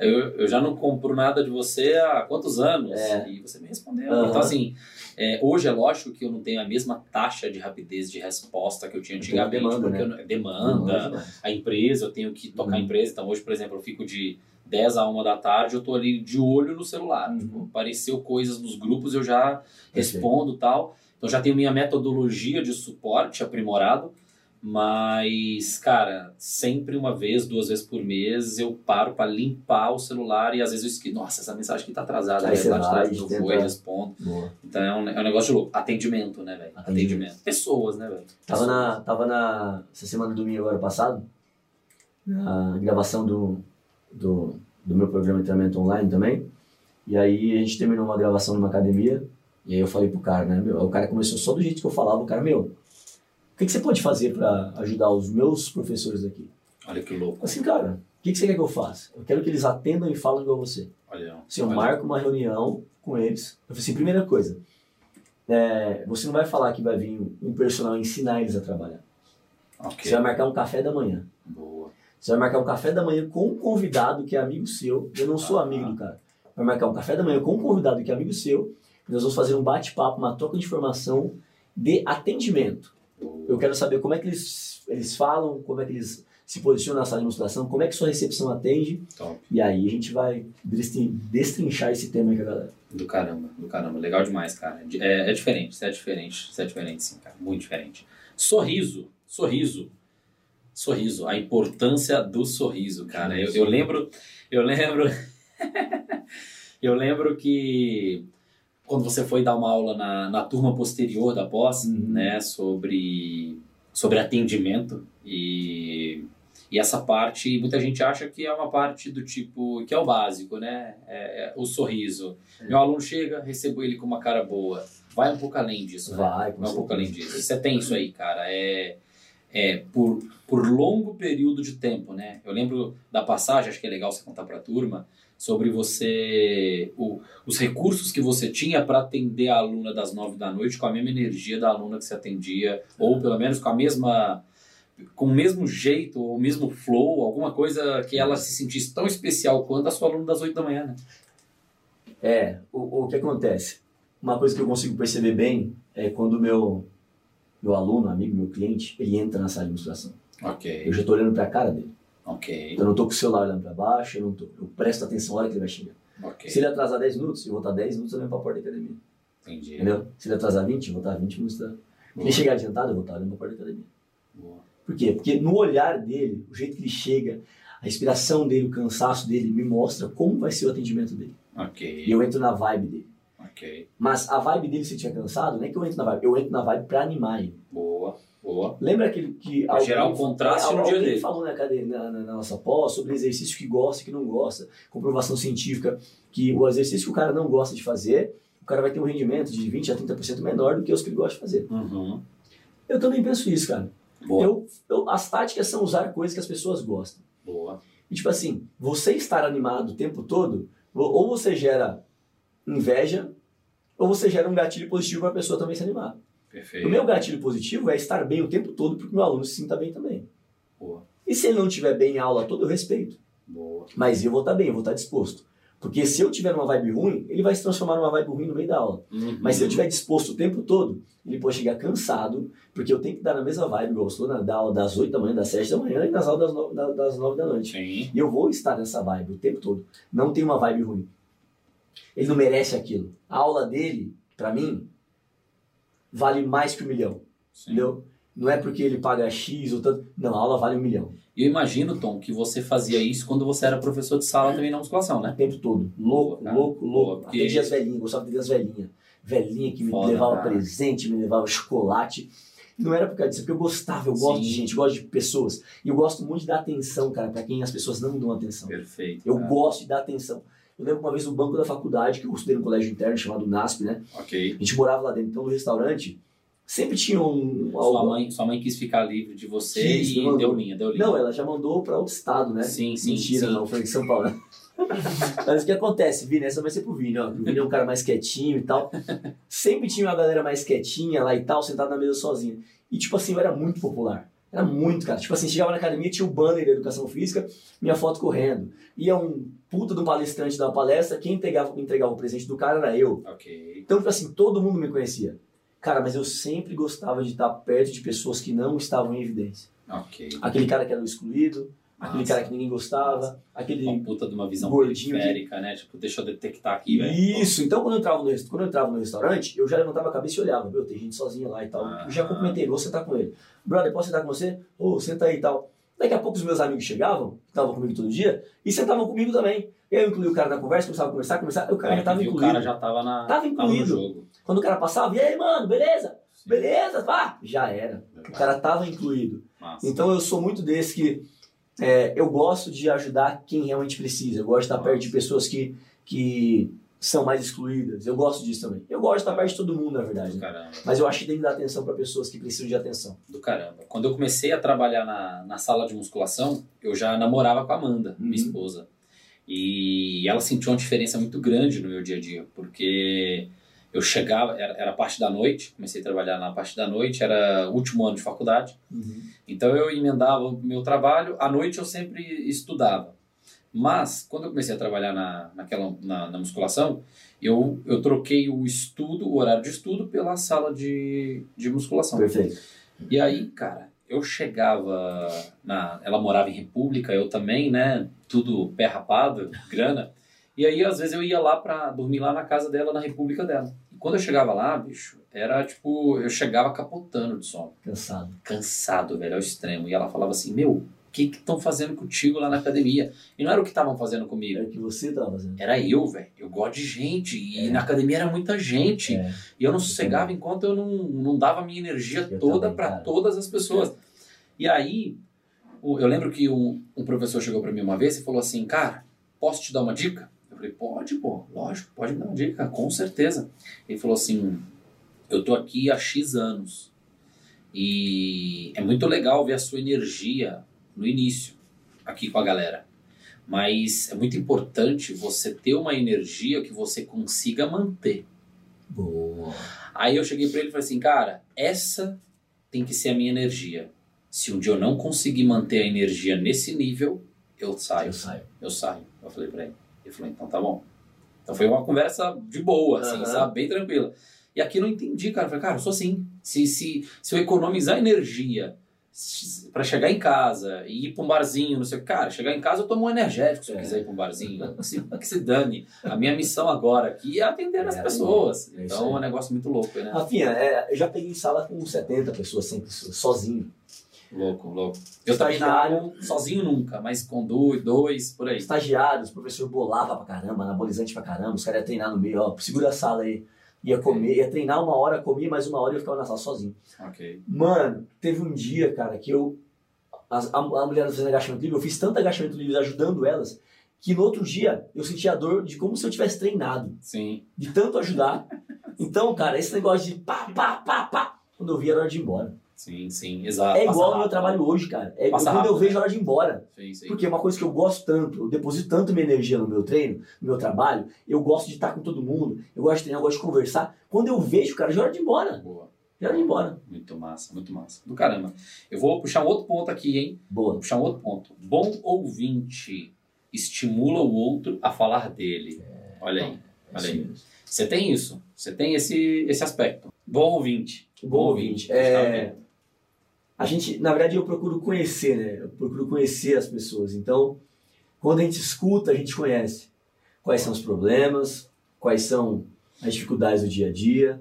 Eu, eu já não compro nada de você há quantos anos?
É.
E você me respondeu.
Aham.
Então, assim, é, hoje é lógico que eu não tenho a mesma taxa de rapidez de resposta que eu tinha
Não tem
antigamente.
demanda,
porque
né?
eu não- demanda, a empresa, eu tenho que tocar a
Uhum.
empresa. Então, hoje, por exemplo, eu fico de 10 a 1 da tarde, eu tô ali de olho no celular. Tipo,
Uhum.
Apareceu coisas nos grupos, eu já
Perfeito.
respondo e tal. Então, já tenho minha metodologia de suporte aprimorado. Mas, cara, sempre uma vez, duas vezes por mês, eu paro para limpar o celular e às vezes eu esqueço, nossa, essa mensagem aqui tá atrasada,
Aí você
ela tá
vai,
atrasada, eu vou e
tenta-
respondo.
Boa.
Então é um, é um negócio de louco. Atendimento, né, velho?
Atendimento.
Atendimento. Pessoas, né, velho?
Tava na, tava na. Essa semana, domingo, agora passado, na gravação do, do, do meu programa de treinamento online também. E aí a gente terminou uma gravação numa academia. E aí eu falei pro cara, né? Meu, aí o cara começou só do jeito que eu falava. O cara, meu, o que, que você pode fazer pra ajudar os meus professores aqui?
Olha que louco.
Assim, cara, o que, que você quer que eu faça? Eu quero que eles atendam e falem igual você.
Olha.
Assim, eu
olha.
marco uma reunião com eles. Eu falei assim, primeira coisa, é, você não vai falar que vai vir um personal ensinar eles a trabalhar.
Ok.
Você vai marcar um café da manhã.
Boa.
Você vai marcar um café da manhã com um convidado que é amigo seu. Eu não sou
Ah.
amigo do cara. Vai marcar um café da manhã com um convidado que é amigo seu. e Nós vamos fazer um bate-papo, uma troca de informação de atendimento. Eu quero saber como é que eles, eles falam, como é que eles se posicionam na sala de musculação, como é que sua recepção atende.
Top.
E aí a gente vai destrin- destrinchar esse tema aí com a galera.
Do caramba, do caramba. Legal demais, cara. É, é diferente, você é diferente. Você é diferente, sim, cara. Muito diferente. Sorriso, sorriso. Sorriso, a importância do sorriso, cara. Eu, eu lembro, eu lembro, eu lembro que quando você foi dar uma aula na, na turma posterior da pós,
Uhum.
né, sobre, sobre atendimento e, e E essa parte, muita gente acha que é uma parte do tipo, que é o básico, né? É, é o sorriso. Meu aluno chega, recebo ele com uma cara boa. Vai um pouco além disso, né?
Vai, com
Vai um pouco
certeza.
além disso. Você tem isso aí, cara. É, é por, por longo período de tempo, né? Eu lembro da passagem, acho que é legal você contar pra turma, sobre você. o- os recursos que você tinha para atender a aluna das nove da noite com a mesma energia da aluna que você atendia, ou pelo menos com a mesma. Com o mesmo jeito, ou o mesmo flow, alguma coisa que ela se sentisse tão especial quanto a sua aluna das oito da manhã, né?
É, o, o que acontece? Uma coisa que eu consigo perceber bem é quando o meu, meu aluno, amigo, meu cliente, ele entra na sala de musculação. Eu
Ok,
já estou olhando para a cara dele.
ok,
Então eu não estou com o celular olhando para baixo, eu não tô. Eu presto atenção na hora que ele vai chegar. Se
ok.
ele atrasar 10 minutos, eu vou estar 10 minutos olhando para a porta da academia.
Entendi.
Entendeu? Se ele atrasar 20, eu vou estar 20 minutos. da- Se ele chegar adiantado, eu vou estar olhando para a porta da academia.
Boa.
Por quê? Porque no olhar dele, o jeito que ele chega, a respiração dele, o cansaço dele, me mostra como vai ser o atendimento dele. E
Ok,
eu entro na vibe dele.
ok.
Mas a vibe dele, se ele estiver cansado, não é que eu entro na vibe, eu entro na vibe pra animar ele.
Boa, boa.
Lembra aquele que. é,
Pra gerar um contraste no
alguém
dia dele.
falou na, cade- na, na- na nossa pós sobre exercício que gosta e que não gosta, comprovação científica, que o exercício que o cara não gosta de fazer, o cara vai ter um rendimento de 20 a 30% menor do que os que ele gosta de fazer.
Uhum.
Eu também penso isso, cara.
Boa,
Eu- eu- as táticas são usar coisas que as pessoas gostam.
boa.
E tipo assim, você estar animado o tempo todo, vo- ou você gera inveja, ou você gera um gatilho positivo para a pessoa também se animar. O
Perfeito.
meu gatilho positivo é estar bem o tempo todo para que meu aluno se sinta bem também.
Boa,
E se ele não estiver bem em aula toda, eu respeito.
boa.
Mas eu vou estar bem, eu vou estar disposto. Porque se eu tiver uma vibe ruim, ele vai se transformar numa vibe ruim no meio da aula.
Uhum.
Mas se eu estiver disposto o tempo todo, ele pode chegar cansado, porque eu tenho que dar na mesma vibe, igual eu estou na da aula das 8 da manhã, das 7 da manhã e nas aulas das 9 da, das nove da noite.
Sim,
E eu vou estar nessa vibe o tempo todo. Não tem uma vibe ruim. Ele não merece aquilo. A aula dele, pra mim, vale mais que um milhão.
sim.
Entendeu? Não é porque ele paga X ou tanto. Não, a aula vale um milhão.
E eu imagino, Tom, que você fazia isso quando você era professor de sala também na musculação,
O
né?
é tempo todo.
Boa,
Louco,
cara.
louco,
Boa,
louco.
Tá. porque-
Atendia as velhinhas, gostava de atender as velhinhas. Velhinha que me
Foda, tá.
levava
cara.
presente, me levava chocolate. Não era por causa disso, é porque eu gostava, eu gosto de
Sim.
gente, eu gosto de pessoas. E eu gosto muito de dar atenção, cara, pra quem as pessoas não dão atenção.
É. Perfeito.
Eu
cara.
gosto de dar atenção. Eu lembro uma vez no banco da faculdade, que eu estudei no colégio interno chamado NASP, né?
Ok.
A gente morava lá dentro, então no restaurante sempre tinha um.
Sua mãe, sua mãe quis ficar livre de você
Quis,
e
não-
deu linha, deu linha.
Não, ela já mandou pra outro estado, né?
Sim, sim,
Mentira,
sim.
não, foi em São Paulo. Mas o que acontece, Vini? Essa vai ser pro Vini, ó. O Vini é um cara mais quietinho e tal. Sempre tinha uma galera mais quietinha lá e tal, sentada na mesa sozinha. E, tipo assim, eu era muito popular. Era muito, cara. Tipo assim, chegava na academia, tinha o banner da educação física, minha foto correndo. Ia um puta de um palestrante da palestra, quem entregava, entregava o presente do cara era eu.
Ok.
Então, tipo assim, todo mundo me conhecia. Cara, mas eu sempre gostava de estar perto de pessoas que não estavam em evidência.
Ok.
Aquele cara que era o excluído, aquele
Massa.
cara que ninguém gostava, aquele.
Uma puta de uma visão
Gordinho que-
periférica, né? Tipo, deixa eu detectar aqui, velho.
Isso, então quando eu, entrava no, rest- quando eu entrava no restaurante, eu já levantava a cabeça e olhava, meu, tem gente sozinha lá e tal.
Ah.
Eu já cumprimentei, vou sentar com ele. Brother, posso sentar com você? Ô, senta aí e tal. Daqui a pouco os meus amigos chegavam, que estavam comigo todo dia, e sentavam comigo também. Eu incluí o cara na conversa, começava a conversar, conversar, o cara já
Aí
estava
que viu,
incluído.
o cara já tava na
Tava
tava no
incluído.
jogo.
Quando o cara passava, e aí, mano, beleza?
Sim.
Beleza, pá! Já era. O cara estava incluído.
Massa.
Então eu sou muito desse que é, eu gosto de ajudar quem realmente precisa. Eu gosto de estar perto de pessoas que, que são mais excluídas. Eu gosto disso também. Eu gosto de estar perto de todo mundo, na verdade.
Do
né?
caramba.
Mas eu acho que tem que dar atenção para pessoas que precisam de atenção.
do caramba. Quando eu comecei a trabalhar na, na sala de musculação, eu já namorava com a Amanda,
Uhum.
minha esposa. E ela sentiu uma diferença muito grande no meu dia a dia, porque eu chegava, era, era parte da noite, comecei a trabalhar na parte da noite, era último ano de faculdade. Então eu emendava o meu trabalho, à noite eu sempre estudava. Mas, quando eu comecei a trabalhar na, naquela, na, na musculação, eu, eu troquei o estudo, o horário de estudo, pela sala de, de musculação.
Então, Perfeito.
E aí, cara, eu chegava na. Ela morava em República, eu também, né? Tudo pé rapado, grana. E aí, às vezes, eu ia lá pra dormir lá na casa dela, na República dela. E quando eu chegava lá, bicho, era tipo. Eu chegava capotando de sono
Cansado.
cansado, velho, ao extremo. E ela falava assim: Meu, o que que estão fazendo contigo lá na academia? E não era o que estavam fazendo
É
comigo.
o que você estava fazendo.
Era eu, velho. Eu gosto de gente. E
É.
na academia era muita gente.
É.
E eu não sossegava enquanto eu não, não dava a minha energia
Eu
toda
também,
para
cara.
todas as pessoas. E aí, O- Eu lembro que um, um professor chegou para mim uma vez e falou assim, cara, posso te dar uma dica? Eu falei, pode, pô, lógico, pode me dar uma dica, com certeza. Ele falou assim, eu tô aqui há X anos e é muito legal ver a sua energia no início aqui com a galera. Mas é muito importante você ter uma energia que você consiga manter.
Boa.
Aí eu cheguei pra ele e falei assim, cara, essa tem que ser a minha energia. Se um dia eu não conseguir manter a energia nesse nível, eu
Aí
saio,
eu saio.
eu saio. Eu falei pra ele. Ele falou, então tá bom. Então foi uma conversa de boa, assim,
Aham.
sabe? Bem tranquila. E aqui eu não entendi, cara. Eu falei, cara, eu sou assim. Se, se, se eu economizar energia s- pra chegar em casa e ir pra um barzinho, não sei o que, cara, chegar em casa eu tomo um energético se eu
É.
quiser ir pra um barzinho. que, se, que se dane. A minha missão agora aqui é atender as
É,
pessoas.
é isso
então é um
aí.
negócio muito louco, né?
Rafinha, é, eu já peguei em sala com 70 pessoas, 100 pessoas, sozinho.
Louco, louco. Eu também
Estagiário.
não, sozinho nunca, mas com dois, dois, por aí.
Estagiários, professor bolava pra caramba, anabolizante pra caramba, os caras iam treinar no meio, ó, segura a sala aí. Ia comer, ia treinar uma hora, comia mais uma hora e eu ficava na sala sozinho.
Ok.
Mano, teve um dia, cara, que eu. as- a, a mulher fazendo agachamento livre, eu fiz tanto agachamento livre ajudando elas, que no outro dia eu senti a dor de como se eu tivesse treinado,
Sim.
de tanto ajudar. Então, cara, esse negócio de pá, pá, pá, pá, quando eu vi era hora de ir embora.
Sim, sim, exato.
É
Passa
igual ao meu
rápido.
trabalho hoje, cara. É
Passa
quando eu
rápido, né?
vejo a hora de ir embora.
Sim, sim.
Porque é uma coisa que eu gosto tanto, eu deposito tanto minha energia no meu treino, no meu trabalho, eu gosto de estar com todo mundo, eu gosto de treinar, eu gosto de conversar. Quando eu vejo, cara, já é hora de ir embora.
Boa.
Já é hora de ir embora.
Muito massa, muito massa. Do caramba. Eu vou puxar um outro ponto aqui, hein? Vou
Boa.
puxar um outro ponto. Bom ouvinte estimula o outro a falar dele. Olha aí.
É
Olha
isso
aí.
mesmo.
Você tem isso. Você tem esse, esse aspecto. Bom ouvinte.
Bom ouvinte.
É...
É, a gente, na verdade, eu procuro conhecer, né? Eu procuro conhecer as pessoas. Então, quando a gente escuta, a gente conhece quais são os problemas, quais são as dificuldades do dia a dia,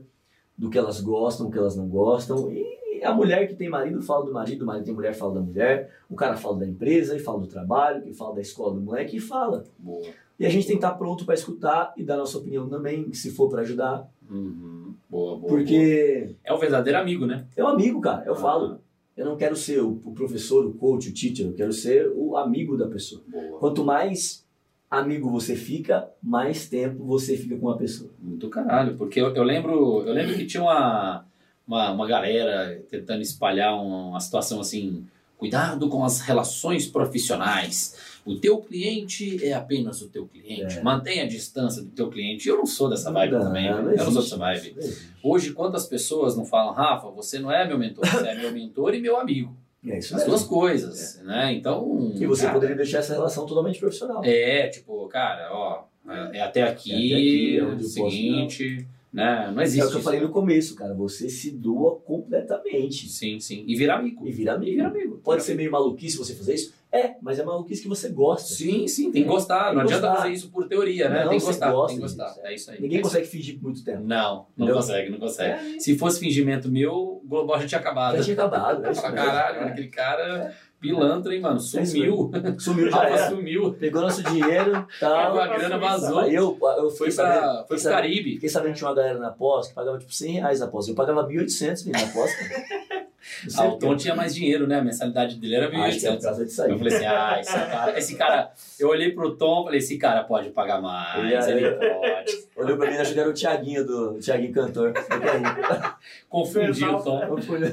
do que elas gostam, do que elas não gostam. E a mulher que tem marido fala do marido, o marido tem mulher fala da mulher, o cara fala da empresa e fala do trabalho, que fala da escola do moleque e fala.
Boa.
E a gente tem que estar pronto para escutar e dar nossa opinião também, se for para ajudar,
Uhum. Boa, boa. boa.
porque
É o verdadeiro amigo, né?
é um amigo, cara, eu falo.
Ah,
Eu não quero ser o o professor, o coach, o teacher, eu quero ser o amigo da pessoa.
Boa.
Quanto mais amigo você fica, mais tempo você fica com a pessoa.
Do caralho, porque eu, eu lembro, eu lembro que tinha uma, uma, uma galera tentando espalhar um- uma situação assim, cuidado com as relações profissionais. O teu cliente é apenas o teu cliente.
É.
Mantenha a distância do teu cliente. Eu não sou dessa
Não
vibe
dá,
também. né?
não
eu não sou
existe
dessa vibe.
isso, não existe.
Hoje, quantas pessoas não falam, Rafa, você não é meu mentor, você é meu mentor e meu amigo.
É isso
As duas
mesmo.
coisas, né? Então.
E você
cara,
poderia deixar essa relação totalmente profissional.
é, tipo, cara, ó, é é até aqui,
É até aqui, é onde eu posso,
seguinte, né? Não existe.
é o que eu
isso,
falei
né?
no começo, cara. Você se doa completamente
Sim, sim. E virar amigo.
e vira
E vira
amigo.
amigo.
Pode ser meio maluquice você fazer isso? É, mas é maluquice que você gosta.
Sim, sim, tem que gostar.
Tem
não
que
adianta
gostar.
fazer isso por teoria, né?
Não,
tem que
você
gostar,
gosta
tem que
disso,
gostar.
é.
É isso aí.
Ninguém
é isso
consegue fingir por muito
aí.
tempo.
Não, não
Entendeu?
consegue, não consegue.
É,
Se fosse fingimento meu, o Global já tinha acabado.
já tinha acabado. É isso
Fala,
mesmo.
Caralho, né? mano, aquele cara pilantra, hein, mano? Sumiu.
É. Sumiu já
Rafa
era.
sumiu.
Pegou nosso dinheiro, tal.
Pegou a grana, vazou.
Aí eu, eu fiquei
Foi
sabendo,
pra, foi pro
saber-
Caribe.
fiquei sabendo que tinha uma galera na pós que pagava tipo 100 reais na pós. Eu pagava 1.800 na pós. cara. Não sei
Ah, o
por quê.
Tom tinha mais dinheiro, né? A mensalidade dele era
Acho que era
1.800.
por causa disso
Eu
aí.
falei assim, ah, esse cara, esse cara. Eu olhei pro Tom, falei, esse cara pode pagar mais,
Ele-
ele, pode.
Olhou pra mim e achou que era o Thiaguinho, do o Thiaguinho cantor. Eu falei,
Confundi o Tom.
"Eu fui olhar."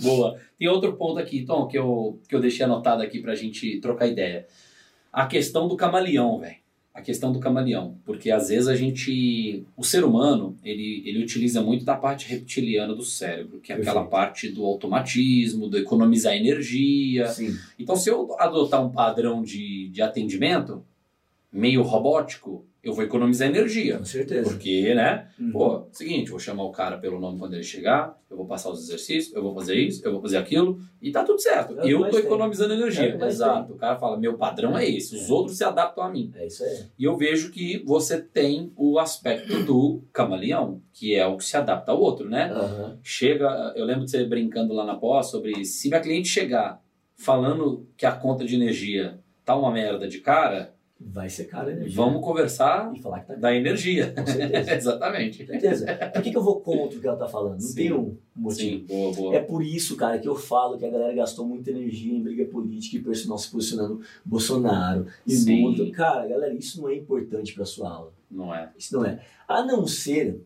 Boa. Tem outro ponto aqui, Tom, que eu, que eu deixei anotado aqui pra gente trocar ideia. A questão do camaleão, velho. A questão do camaleão. Porque às vezes a gente. O ser humano, ele, ele utiliza muito da parte reptiliana do cérebro, que é aquela
Perfeito.
parte do automatismo, do economizar energia.
Sim.
Então, se eu adotar um padrão de, de atendimento meio robótico, eu vou economizar energia.
Com certeza.
Porque, né?
Uhum.
Pô, seguinte, vou chamar o cara pelo nome quando ele chegar, eu vou passar os exercícios, eu vou fazer isso, eu vou fazer aquilo, e tá tudo certo.
É o que
eu
mais
tô
tem.
economizando
É o
energia.
que mais
Exato. O cara fala, meu padrão é esse, os outros se adaptam a mim.
É isso aí.
E eu vejo que você tem o aspecto do camaleão, que é o que se adapta ao outro, né?
Aham.
Chega, eu lembro de você brincando lá na pós sobre se minha cliente chegar falando que a conta de energia tá uma merda de cara,
Vai ser caro a energia.
Vamos conversar
E falar que tá
da energia.
com certeza.
Exatamente.
Com certeza. Por que, que eu vou contra o que ela tá falando? Não
Sim.
tem um motivo.
Sim, boa, boa.
É por isso, cara, que eu falo que a galera gastou muita energia em briga política e personal se posicionando Bolsonaro e
Sim.
mundo. Cara, galera, isso não é importante pra sua aula.
Não é.
Isso não é. A não ser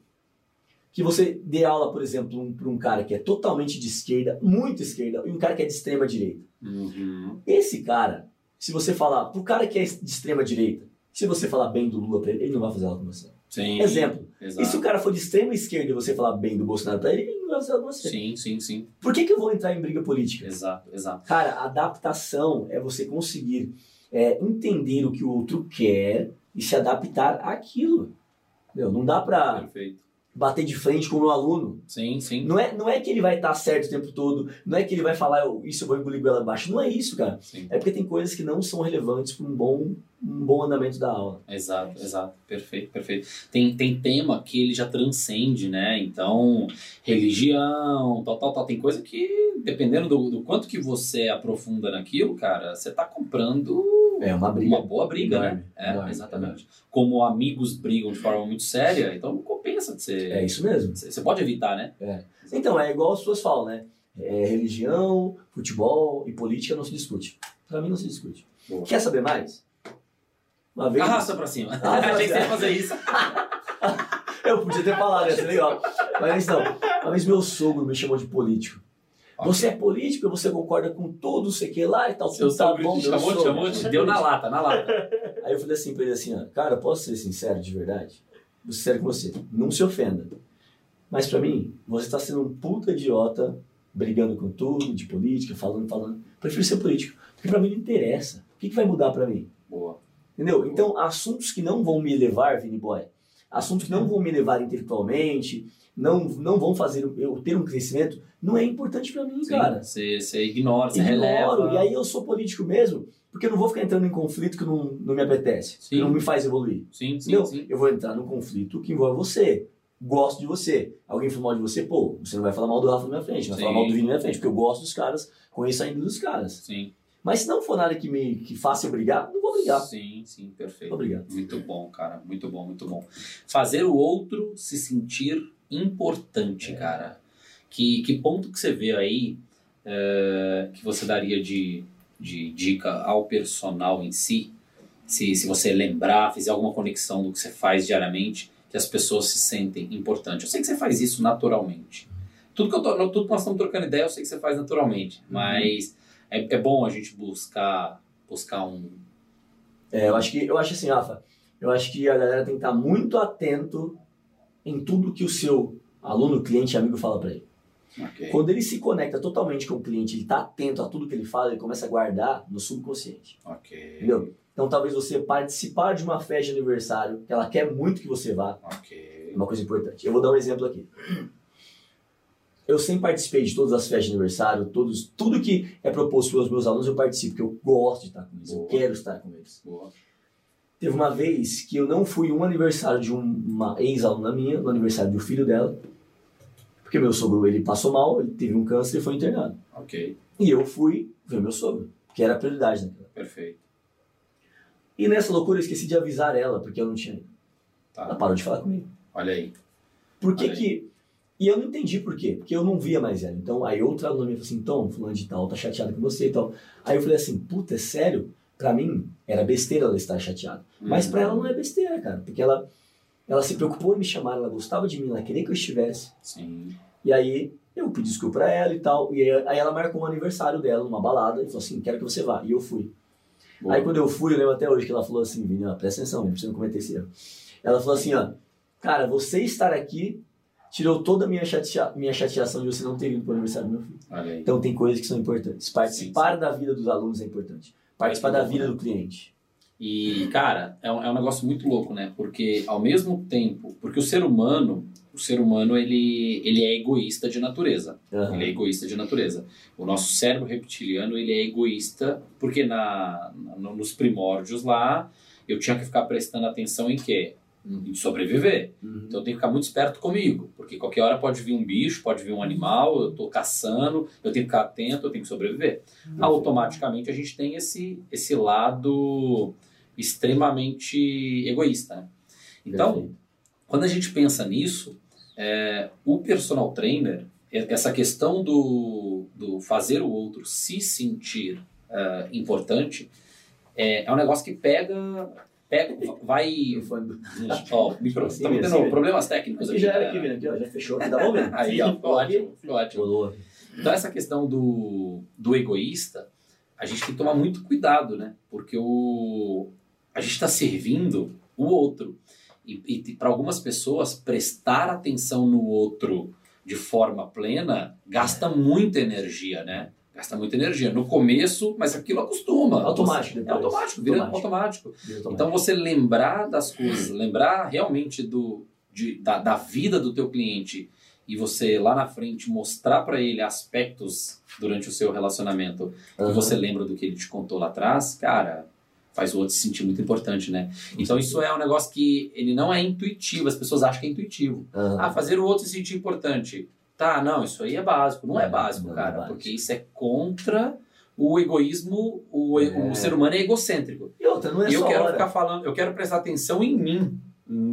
que você dê aula, por exemplo, um- pra um cara que é totalmente de esquerda, muito esquerda, e um cara que é de extrema direita.
Uhum.
Esse cara, se você falar pro cara que é de extrema direita, se você falar bem do Lula pra ele, ele não vai fazer aula com você.
Sim.
Exemplo.
Exato.
E se o cara for de extrema esquerda e você falar bem do Bolsonaro pra ele, ele não vai fazer aula com você.
Sim, sim, sim.
Por que, que eu vou entrar em briga política?
Exato, exato.
Cara, adaptação é você conseguir é, entender o que o outro quer e se adaptar àquilo. Meu, não dá pra
Perfeito.
bater de frente com o meu aluno.
Sim, sim.
Não é, não é que ele vai estar certo o tempo todo, não é que ele vai falar "Eu- isso eu vou engolir goela abaixo. Não é isso, cara.
sim.
É porque tem coisas que não são relevantes para um bom, um bom andamento da aula. É.
Exato, exato. Perfeito, perfeito. Tem, tem tema que ele já transcende, né? Então, religião, tal, tal, tal. Tem coisa que, dependendo do, do quanto que você aprofunda naquilo, cara, você tá comprando
É uma briga.
uma boa briga, né?
Enorme,
É,
enorme,
exatamente. Como amigos brigam de forma muito séria, então não compensa de
enorme.
ser.
É isso mesmo.
Você você pode evitar, né?
Então, é igual as pessoas falam, né? É, religião, futebol e política não se discute. Pra mim não se discute.
Boa.
Quer saber mais? Uma vez.
Arrasta pra cima.
Arrasta
Achei que você
pra
ia fazer isso.
Eu podia ter falado, ia ser legal. Mas não. Uma vez meu sogro me chamou de político.
Ok.
Você é político, você concorda com tudo, sei que lá e tal.
Seu
tá
sogro
bom,
te
meu
chamou, te
sogro.
chamou, te deu na lata, na lata.
Aí eu falei assim pra ele assim, ó, cara, posso ser sincero de verdade? Vou ser sincero com você, não se ofenda. Mas pra mim, você tá sendo um puta idiota brigando com tudo, de política, falando, falando. Prefiro ser político, porque pra mim não interessa. O que, que vai mudar pra mim?
Boa.
Entendeu? Então, assuntos que não vão me elevar, Vini Boy, assuntos que não vão me elevar intelectualmente, não, não vão fazer eu ter um crescimento, não é importante pra mim,
Sim,
cara
Você, você ignora, você
ignoro,
releva.
e aí eu sou político mesmo, porque eu não vou ficar entrando em conflito que não, não me apetece,
Sim.
que não me faz evoluir.
Sim, sim,
Entendeu?
sim.
Eu vou entrar num conflito que envolve você. Gosto de você. Alguém falou mal de você, pô, você não vai falar mal do Rafa na minha frente, não
Sim.
vai falar mal do Vini na minha frente, porque eu gosto dos caras, conheço ainda dos caras.
Sim,
Mas se não for nada que me que faça eu brigar, não vou brigar.
sim, sim,
Não
perfeito.
vou brigar.
Muito bom, cara. Muito bom, muito bom. Fazer o outro se sentir importante,
É.
cara. Que, que ponto que você vê aí é, que você daria de, de dica ao personal em si? Se, se você lembrar, fizer alguma conexão do que você faz diariamente, que as pessoas se sentem importantes. Eu sei que você faz isso naturalmente. Tudo que, eu tô, tudo que nós estamos trocando ideia, eu sei que você faz naturalmente. Mas é, é bom a gente buscar, buscar um,
É, eu acho que eu acho assim, Rafa, eu acho que a galera tem que estar muito atento em tudo que o seu aluno, cliente, amigo fala pra ele.
Ok.
Quando ele se conecta totalmente com o cliente, ele está atento a tudo que ele fala, ele começa a guardar no subconsciente.
Ok.
Entendeu? Então, talvez você participar de uma festa de aniversário que ela quer muito que você vá, é
Ok.
uma coisa importante. Eu vou dar um exemplo aqui. Eu sempre participei de todas as festas de aniversário, todos, tudo que é proposto pelos meus alunos eu participo, porque eu gosto de estar com eles, eu
Boa.
quero estar com eles.
Boa.
Teve uma vez que eu não fui em um aniversário de uma ex-aluna minha, no aniversário do filho dela, porque meu sogro ele passou mal, ele teve um câncer e foi internado.
Ok.
E eu fui ver meu sogro, que era a prioridade naquela.
Perfeito.
E nessa loucura eu esqueci de avisar ela, porque eu não tinha. Ela
Tá.
parou de falar comigo.
Olha aí.
Por que
Olha aí.
que. E eu não entendi por quê, porque eu não via mais ela. Então, aí outra aluna minha falou assim: Tom, fulano de tal, tá chateado com você e tal. Aí eu falei assim: puta, é sério? Pra mim, era besteira ela estar chateada. Mas
Hum.
pra ela não é besteira, cara, porque ela, ela se preocupou em me chamar, ela gostava de mim, ela queria que eu estivesse.
Sim.
E aí eu pedi desculpa pra ela e tal. E aí aí ela marcou o aniversário dela numa balada e falou assim: quero que você vá. E eu fui.
Boa.
Aí quando eu fui, eu lembro até hoje que ela falou assim, Vini, ó, presta atenção, Vini, pra você não cometer esse erro. Ela falou assim, ó, cara, você estar aqui tirou toda a minha, chatea minha chateação de você não ter vindo pro aniversário do meu filho.
Olha aí.
Então tem coisas que são importantes. Participar
Sim,
da vida dos alunos é importante. Participar da vida do cliente.
E, cara, é um, é um negócio muito louco, né? Porque ao mesmo tempo, porque o ser humano, o ser humano, ele, ele é egoísta de natureza.
Aham.
Ele é egoísta de natureza. O nosso cérebro reptiliano ele é egoísta porque na, na- nos primórdios lá eu tinha que ficar prestando atenção em quê? Em sobreviver.
Uhum.
Então eu tenho que ficar muito esperto comigo, porque qualquer hora pode vir um bicho, pode vir um animal, eu tô caçando, eu tenho que ficar atento, eu tenho que sobreviver automaticamente a gente tem esse, esse lado extremamente egoísta. Né? Então,
Perfeito.
quando a gente pensa nisso, é, o personal trainer, e- essa questão do, do fazer o outro se sentir é, importante, é, é um negócio que pega, pega vai...
E o fone do-
Ó, micro,
Sim,
estamos
sim.
tendo problemas técnicos aqui.
já era
né?
aqui, vendo aqui, ó, já fechou aqui, tá bom vendo?
Aí, ó, ficou ótimo, ficou ótimo.
Rolou.
Então, essa questão do, do egoísta, a gente tem que tomar muito cuidado, né? Porque o, a gente está servindo o outro. E, para algumas pessoas, prestar atenção no outro de forma plena
É.
gasta muita energia, né? Gasta muita energia. No começo, mas aquilo acostuma.
Automático
É
depois.
automático, vira
Automático.
automático.
Vira
Então você lembrar das coisas, lembrar realmente do, de- da, da vida do teu cliente e você lá na frente mostrar para ele aspectos durante o seu relacionamento que
Aham.
você lembra do que ele te contou lá atrás, cara, faz o outro se sentir muito importante, né? Então isso é um negócio que ele não é intuitivo, as pessoas acham que é intuitivo.
Aham.
Ah, fazer o outro se sentir importante. Tá, não, isso aí é básico. Não é
Não,
básico,
não é
cara,
básico.
porque isso é contra o egoísmo, o, e-
É.
o ser humano é egocêntrico
E outra, não é
e eu
só
quero
hora.
ficar falando, eu quero prestar atenção em mim.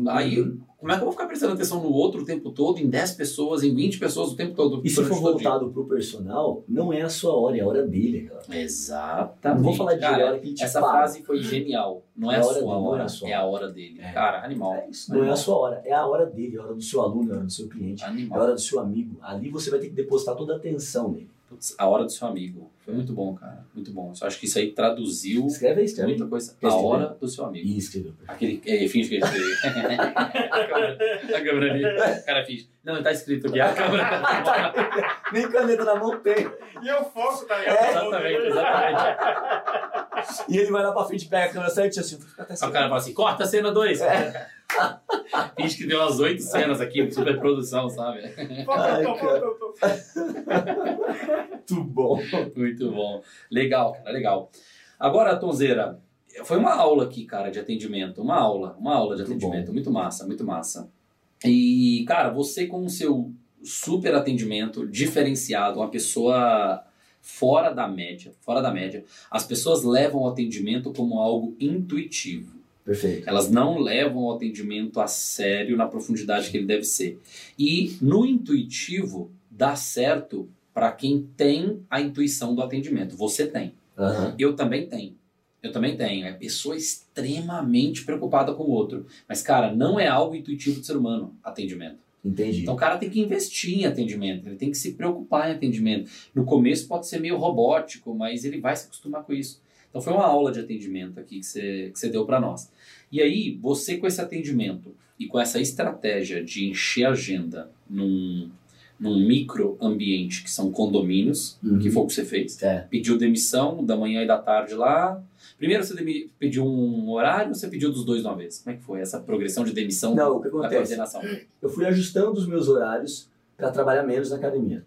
Aí,
Uhum.
como é que eu vou ficar prestando atenção no outro o tempo todo, em 10 pessoas, em 20 pessoas o tempo todo?
E se
durante
for
todo o dia?
voltado pro personal, não é a sua hora, é a hora dele. Cara.
Exatamente.
Tá, não vou falar de
cara,
hora que ele te
Essa
para.
frase foi genial. Não é,
É
a
a hora
sua
dele, não é
hora,
a sua
é a hora dele.
É.
Cara, animal.
É isso, não é a sua hora, é a hora dele, é a hora do seu aluno, é a hora do seu cliente, é a
Animal.
hora do seu amigo. Ali você vai ter que depositar toda a atenção nele.
Putz, a hora do seu amigo. Foi muito bom, cara. Muito bom. Eu acho que isso aí traduziu
Escreve aí, escreve.
muita coisa. A
Escreve.
hora do seu amigo.
E escreveu.
Aquele. É, finge que ele escreveu. a câmera. A câmera ali. O cara finge. Não, tá escrito aqui. A
Tá
câmera.
Nem caneta na mão tem.
E eu foco, tá ligado?
Exatamente, exatamente.
E ele vai lá pra frente, pega a câmera certinho assim. Fica até
Aí o cara fala assim, corta a cena 2.
É.
Finge que deu umas oito cenas aqui, super produção, sabe?
Ai,
Foco,
cara.
foco, foco.
Muito bom.
Muito bom. Legal, cara, legal. Agora, Tonzeira, foi uma aula aqui, cara, de atendimento. Uma aula, uma aula de
Muito
atendimento. Muito massa, muito massa. E, cara, você com o seu super atendimento diferenciado, uma pessoa fora da média, fora da média, as pessoas levam o atendimento como algo intuitivo.
Perfeito.
Elas não levam o atendimento a sério na profundidade que ele deve ser. E no intuitivo, dá certo para quem tem a intuição do atendimento. Você tem.
Aham.
Eu também tenho. Eu também tenho. É pessoa extremamente preocupada com o outro. Mas, cara, não é algo intuitivo do ser humano, atendimento.
Entendi.
Então o cara tem que investir em atendimento, ele tem que se preocupar em atendimento. No começo pode ser meio robótico, mas ele vai se acostumar com isso. Então foi uma aula de atendimento aqui que você, que você deu para nós. E aí, você com esse atendimento e com essa estratégia de encher a agenda num, num microambiente que são condomínios,
Uhum.
Então, que foi o que você fez,
É.
pediu demissão da manhã e da tarde lá. Primeiro você demi- pediu um horário ou você pediu dos dois de uma vez? Como é que foi essa progressão de demissão
Não, o que
da
acontece?
coordenação?
Eu fui ajustando os meus horários pra trabalhar menos na academia.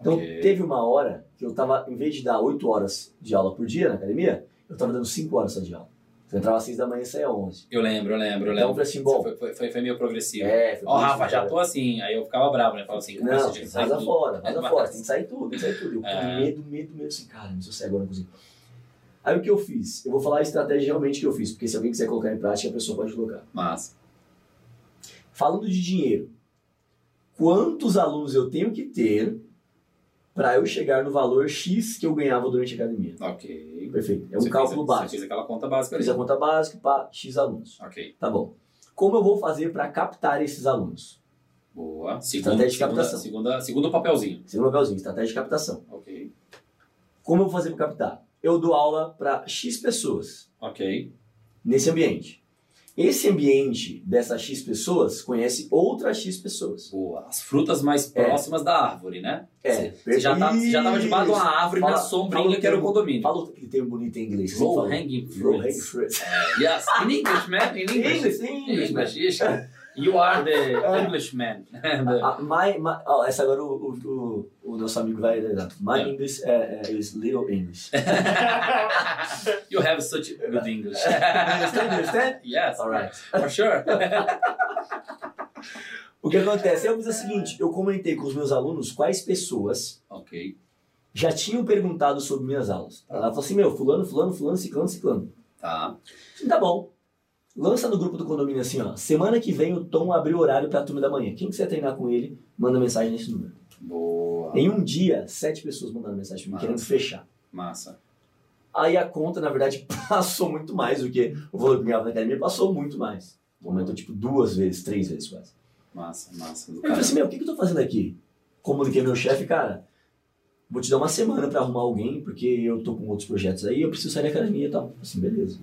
Então,
Ok.
teve uma hora que eu tava, em vez de dar 8 horas de aula por dia na academia, eu tava dando 5 horas só de aula. Então, eu entrava às 6 da manhã e saía às 11.
Eu lembro, eu lembro, eu
Então, eu
lembro.
falei assim, bom...
foi, foi, foi- foi meio progressivo.
É, foi
Ó,
por isso,
Rafa, já
cara.
tô assim. Aí eu ficava bravo, né? Falava assim, cara,
Não,
você tinha que sair
vaza
tudo.
fora, vaza
Mas-
fora, tem que sair tudo, tem que sair tudo. Eu com
É.
medo, medo, medo, assim, cara, não sei se eu sair agora, não consigo. Aí o que eu fiz? Eu vou falar a estratégia realmente que eu fiz, porque se alguém quiser colocar em prática, a pessoa pode colocar.
Mas,
Falando de dinheiro, quantos alunos eu tenho que ter para eu chegar no valor X que eu ganhava durante a academia?
ok.
Perfeito, é
Você
um
fez-
cálculo
Você fez
básico.
aquela conta básica ali.
Fiz a conta básica, pá, X alunos.
Ok,
Tá bom. Como eu vou fazer para captar esses alunos?
boa. Segundo,
Estratégia de
segunda,
captação.
segunda, segundo papelzinho.
Segundo papelzinho, estratégia de captação.
Ok,
Como eu vou fazer para captar? Eu dou aula para X pessoas
ok.
nesse ambiente. Esse ambiente dessas X pessoas conhece outras X pessoas.
Boa. As frutas mais
É.
próximas da árvore, né? Você- Você
perfeito.
já, tá, você já tava debaixo de uma árvore
Fala-
na
fala
sombrinha
o
que era o
termo.
condomínio.
Fala aquele termo um bonito em inglês.
Low hanging
Low hanging
fruits.
fruit.
Yes, in English, man. In English.
English, English, man.
English. yes. You are the Englishman. The-
Ah, my, my, oh, essa agora o, o, o, o nosso amigo vai dar. My
É.
English é, é, is little English.
You have such good English.
understand? Understand?
Yes,
Alright.
for sure.
O que acontece? Eu fiz o seguinte, eu comentei com os meus alunos quais pessoas
Ok,
já tinham perguntado sobre minhas aulas. Ela falou assim, meu, fulano, fulano, fulano, ciclano, ciclano.
Tá.
Tá bom. Lança no grupo do condomínio assim, ó. Semana que vem o Tom abriu horário pra turma da manhã. Quem quiser treinar com ele, manda mensagem nesse número.
Boa.
Em um dia, sete pessoas mandaram mensagem pra mim, querendo
Tá. Massa.
fechar.
Massa.
Aí a conta, na verdade, passou muito mais do que o valor que eu ganhava na academia, passou muito mais. Aumentou tipo duas vezes, três vezes quase.
Massa, massa. Do
Aí eu falei
cara.
assim, meu, o que, que eu tô fazendo aqui? Comuniquei ao meu chefe, cara, vou te dar uma semana pra arrumar alguém, porque eu tô com outros projetos aí, eu preciso sair da academia e tal. Assim, beleza.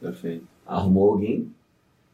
Perfeito.
Arrumou alguém.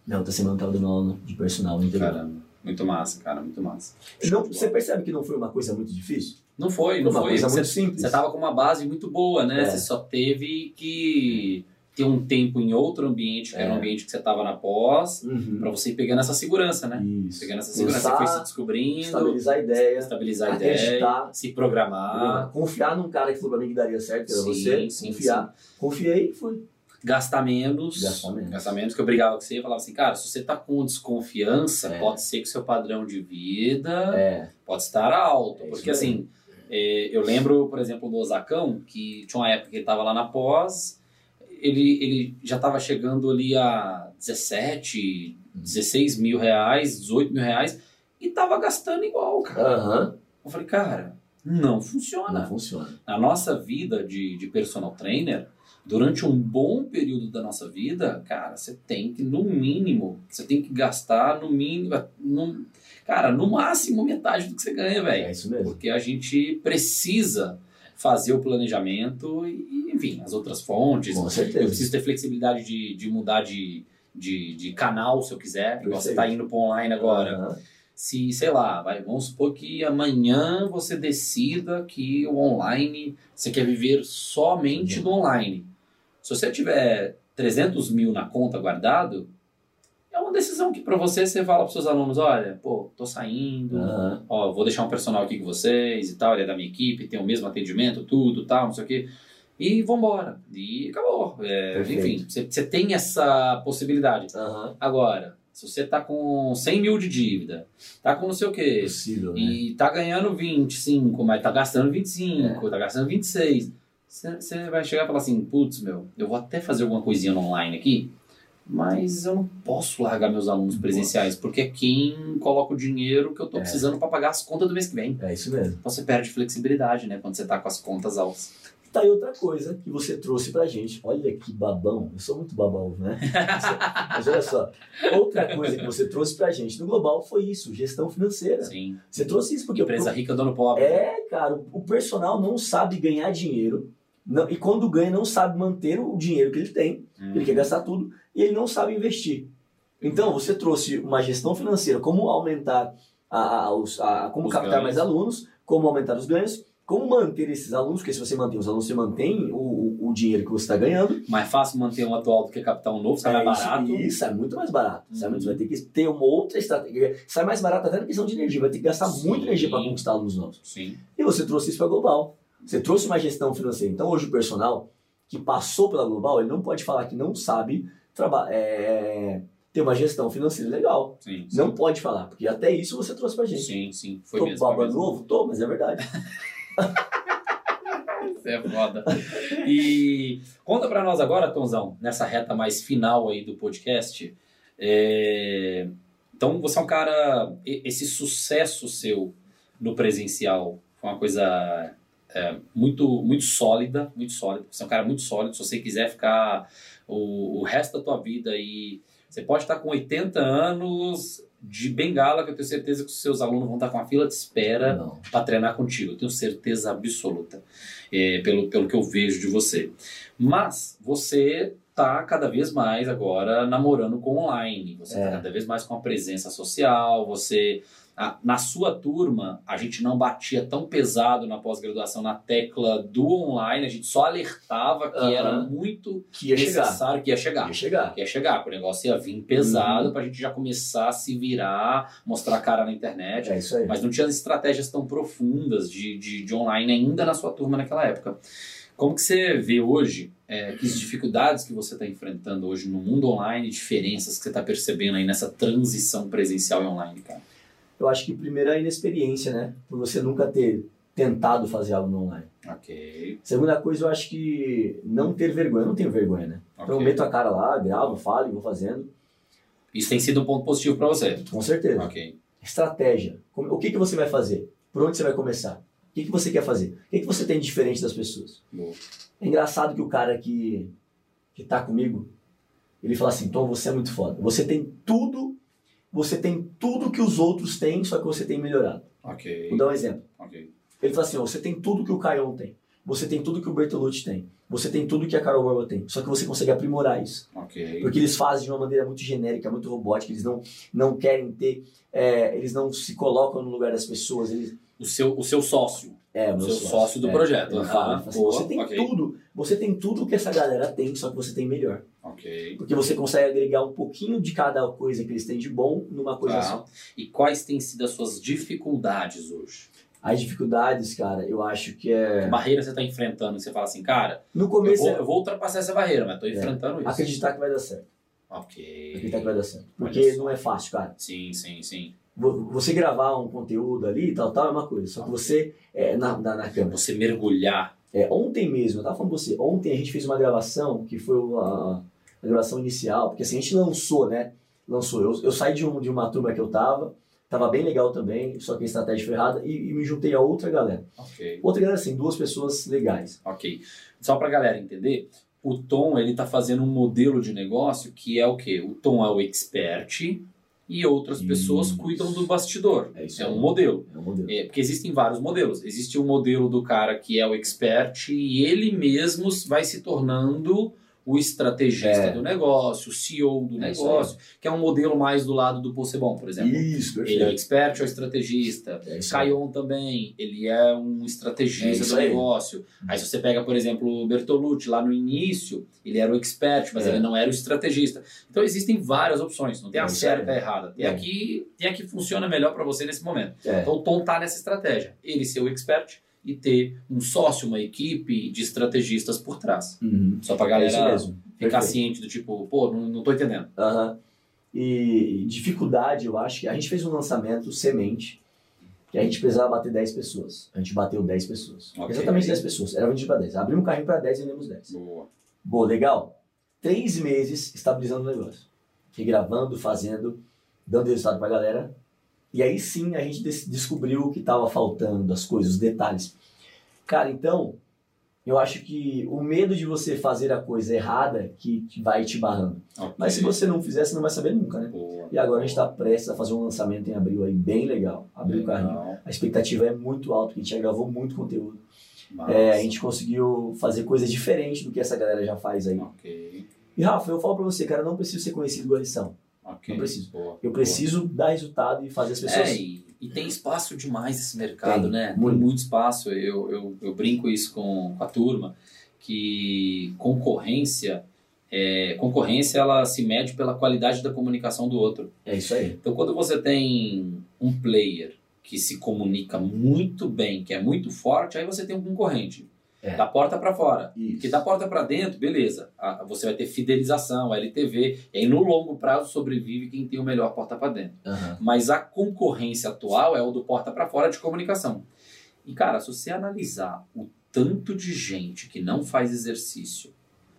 Na outra semana eu tava dando aula de personal no interior.
Cara, muito massa, cara, muito massa.
Não, você percebe que não foi uma coisa muito difícil?
Não foi,
Foi
não
uma
foi.
coisa
Você,
muito simples.
você tava com uma base muito boa, né?
É.
Você só teve que ter um tempo em outro ambiente, que era um
É.
ambiente que você tava na pós,
Uhum.
pra você ir pegando essa segurança, né?
Isso.
Pegando essa segurança, você foi se
Pensar,
descobrindo,
estabilizar a ideia,
estabilizar a ideia,
acreditar,
se programar,
confiar num cara que falou pra mim que daria certo, que era
Sim,
você,
sim,
confiar. Confiei e fui.
gastar menos.
Gastar menos.
Gastar menos, que eu brigava com você e falava assim, cara, se você tá com desconfiança,
É.
pode ser que seu padrão de vida
É,
pode estar alto.
É isso
porque
aí.
assim, é, eu lembro, por exemplo, do Osacão, que tinha uma época que ele estava lá na pós, ele, ele já estava chegando ali a 17,
Uhum.
16 mil reais, 18 mil reais, e estava gastando igual, cara.
aham,
Eu falei, cara, não
não
funciona.
funciona.
Na nossa vida de, de personal trainer, durante um bom período da nossa vida, cara, você tem que, no mínimo, você tem que gastar no mínimo, no- cara, no máximo metade do que você ganha, velho.
É isso mesmo.
Porque a gente precisa fazer o planejamento e, enfim, as outras fontes.
Com
Eu
certeza.
preciso ter flexibilidade de, de mudar de, de, de canal, se eu quiser. Igual você
Perfeito.
está indo para online agora.
Aham.
Se, sei lá, vai, vamos supor que amanhã você decida que o online, você quer viver somente do online. Se você tiver 300 mil na conta guardado, é uma decisão que para você, você fala para seus alunos, olha, pô, tô saindo,
Aham.
ó, vou deixar um personal aqui com vocês e tal, ele é da minha equipe, tem o mesmo atendimento, tudo, tal, não sei o quê. E vambora. E acabou. É,
Perfeito.
enfim, você- você tem essa possibilidade.
Aham.
Agora, se você tá com 100 mil de dívida, tá com não sei o quê,
Possível, né?
e tá ganhando 25, mas tá gastando
É.
25, tá gastando 26, você- você vai chegar e falar assim, putz, meu, eu vou até fazer alguma coisinha no online aqui, mas eu não posso largar meus alunos presenciais, porque é quem coloca o dinheiro que eu tô
É.
precisando pra pagar as contas do mês que vem.
É isso mesmo.
Então você perde flexibilidade, né, quando você tá com as contas altas.
E tá aí outra coisa que você trouxe pra gente. Olha que babão. Eu sou muito babão, né? Mas olha só. Outra coisa que você trouxe pra gente no Global foi isso, gestão financeira.
Sim.
Você trouxe isso porque...
Empresa rica, dono pobre.
É, cara. O personal não sabe ganhar dinheiro. não- e quando ganha, não sabe manter o dinheiro que ele tem.
Hum.
Ele quer gastar tudo. E ele não sabe investir. Então, você trouxe uma gestão financeira. Como aumentar... A, a- os- a- como
Os
captar
ganhos.
mais alunos. Como aumentar os ganhos. Como manter esses alunos. Porque se você mantém os alunos, você mantém o, o- o dinheiro que você está ganhando.
Mais fácil manter um atual do que captar um novo, sai
É,
mais
isso-
barato.
Isso, é muito mais barato. Sai muito-
Uhum.
vai ter que ter uma outra estratégia. Sai mais barato até na questão de energia. Vai ter que gastar
Sim.
muita energia para conquistar alunos novos.
Sim.
E você trouxe isso para a Global. Você trouxe uma gestão financeira. Então, hoje, o personal que passou pela Global, ele não pode falar que não sabe traba- é, ter uma gestão financeira legal.
Sim, sim.
Não pode falar, porque até isso você trouxe para gente.
Sim, sim. Foi
Tô
mesmo. foi
babando
mesmo.
ovo? Tô, mas é verdade.
Isso é foda. E conta pra nós agora, Tonzão, nessa reta mais final aí do podcast. é, Então, você é um cara. e- Esse sucesso seu no presencial foi uma coisa é, muito, muito sólida, muito sólida. Você é um cara muito sólido. Se você quiser ficar o, o resto da tua vida aí. Você pode estar com 80 anos de bengala, que eu tenho certeza que os seus alunos vão estar com a fila de espera
Não.
para treinar contigo, eu tenho certeza absoluta, é, pelo, pelo que eu vejo de você. Mas você tá cada vez mais agora namorando com online, você
É.
tá cada vez mais com a presença social, você a- na sua turma, a gente não batia tão pesado na pós-graduação na tecla do online, a gente só alertava que era
Aham.
muito
Que ia chegar.
necessário que ia chegar
Ia chegar.
que ia chegar, que o negócio ia vir pesado
Uhum.
pra gente já começar a se virar, mostrar a cara na internet.
É isso aí.
Mas não tinha estratégias tão profundas de, de, de online ainda na sua turma naquela época. Como que você vê hoje é, que as dificuldades que você está enfrentando hoje no mundo online, diferenças que você está percebendo aí nessa transição presencial e online, cara?
Eu acho que primeiro é a inexperiência, né? Por você nunca ter tentado fazer algo no online.
Ok.
Segunda coisa, eu acho que não ter vergonha. Eu não tenho vergonha, né? Então eu
ok.
meto a cara lá, gravo, falo e vou fazendo.
Isso tem sido um ponto positivo para você.
Com certeza.
Ok.
Estratégia. Como- O que, que você vai fazer? Por onde você vai começar? O que, que você quer fazer? O que, que você tem de diferente das pessoas?
Boa.
É engraçado que o cara que, que tá comigo, ele fala assim, Tom, você é muito foda. Você tem tudo, você tem tudo que os outros têm, só que você tem melhorado.
Ok.
Vou dar um exemplo.
Ok.
Ele fala assim, ó, você tem tudo que o Caion tem. Você tem tudo que o Bertolucci tem. Você tem tudo que a Carol Borba tem. Só que você consegue aprimorar isso.
Ok.
Porque eles fazem de uma maneira muito genérica, muito robótica, eles não, não querem ter, é, eles não se colocam no lugar das pessoas. Eles,
O seu, o seu sócio.
é,
O
meu
seu sócio do
é,
projeto.
ele fala,
Ah,
ele fala assim,
boa,
você tem
ok.
tudo, você tem tudo que essa galera tem, só que você tem melhor.
Ok.
Porque você consegue agregar um pouquinho de cada coisa que eles têm de bom numa coisa
Tá.
só.
E quais têm sido as suas dificuldades hoje?
As dificuldades, cara, eu acho que é.
Que barreira você está enfrentando? Você fala assim, cara,
No
eu
começo
vou,
é
eu vou ultrapassar essa barreira, mas estou enfrentando isso.
acreditar que vai dar certo. Acreditar que vai
Ok.
dar certo.
Olha
Porque
só.
não é fácil, cara.
Sim, sim, sim.
Vo- Você gravar um conteúdo ali e tal, tal, é uma coisa. Só que você, é, na, na, na câmera.
Você mergulhar.
É, ontem mesmo, eu tava falando pra você, ontem a gente fez uma gravação que foi o- a, a gravação inicial, porque assim, a gente lançou, né? Lançou. Eu, eu saí de, um- de uma turma que eu tava, tava bem legal também, só que a estratégia foi errada, e, e me juntei a outra galera.
Ok.
Outra galera, assim, duas pessoas legais.
Ok. Só pra galera entender, o Tom ele tá fazendo um modelo de negócio que é o quê? O Tom é o expert e outras
Isso.
pessoas cuidam do bastidor.
É isso
é
aí.
um modelo.
É um modelo.
É, porque existem vários modelos. Existe o modelo do cara que é o expert e ele mesmo vai se tornando o estrategista
É.
do negócio, o CEO do
É isso aí.
negócio, que é um modelo mais do lado do Possebon, por exemplo.
Isso,
Ele é o expert, é o estrategista.
É isso aí.
Caion também, ele é um
É
estrategista
isso
do
aí. Uhum.
negócio. Aí se você pega, por exemplo, o Bertolucci, lá no início, ele era o expert, mas
É.
ele não era o estrategista. Então existem várias opções, não tem a
É isso
certa e
aí.
a errada. Tem,
É.
a que, tem a que funciona melhor para você nesse momento.
É.
Então o Tom tá nessa estratégia, ele ser o expert e ter um sócio, uma equipe de estrategistas por trás.
Uhum.
Só pra
É isso
galera
mesmo.
ficar
Perfeito.
ciente do tipo, pô, não, não tô entendendo.
Aham. E e dificuldade, eu acho que a gente fez um lançamento semente, que a gente precisava bater 10 pessoas. A gente bateu 10 pessoas.
Ok.
Exatamente 10 pessoas. Era vendido para 10. Abrimos um carrinho para 10 e vendemos 10.
Boa.
Boa, legal. Três meses estabilizando o negócio. Fiquei gravando, fazendo, dando resultado pra galera. E aí sim a gente des- descobriu o que estava faltando, as coisas, os detalhes. Cara, então, eu acho que o medo de você fazer a coisa errada que que vai te barrando.
Ok.
Mas se você não fizer, você não vai saber nunca, né?
Boa.
E agora a gente está prestes a fazer um lançamento em abril aí, bem legal. Abriu o carrinho.
Legal.
A expectativa é muito alta, porque a gente já gravou muito conteúdo.
Massa.
É, a gente conseguiu fazer coisas diferentes do que essa galera já faz aí.
Ok.
E Rafa, eu falo pra você, cara, eu não preciso ser conhecido igual eles são.
Ok.
Não preciso.
Boa.
Eu
Boa.
preciso dar resultado e fazer as pessoas.
É, e, e tem espaço demais esse mercado,
Tem,
né?
muito.
Tem muito espaço. Eu, eu, eu brinco isso com, com a turma, que concorrência, é, concorrência ela se mede pela qualidade da comunicação do outro.
É isso aí.
Então, quando você tem um player que se comunica muito bem, que é muito forte, aí você tem um concorrente.
É.
Da porta para fora.
Isso.
Porque da porta para dentro, beleza. a- Você vai ter fidelização, LTV. E aí, no longo prazo, sobrevive quem tem o melhor porta para dentro
Aham.
mas a concorrência atual é o do porta para fora de comunicação. E cara, se você analisar o tanto de gente que não faz exercício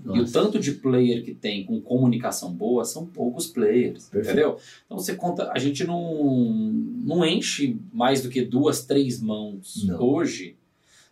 e o
Nossa.
tanto de player que tem com comunicação boa, são poucos players,
Perfeito.
entendeu? Então você conta, a gente não não enche mais do que duas, três mãos
Não.
hoje.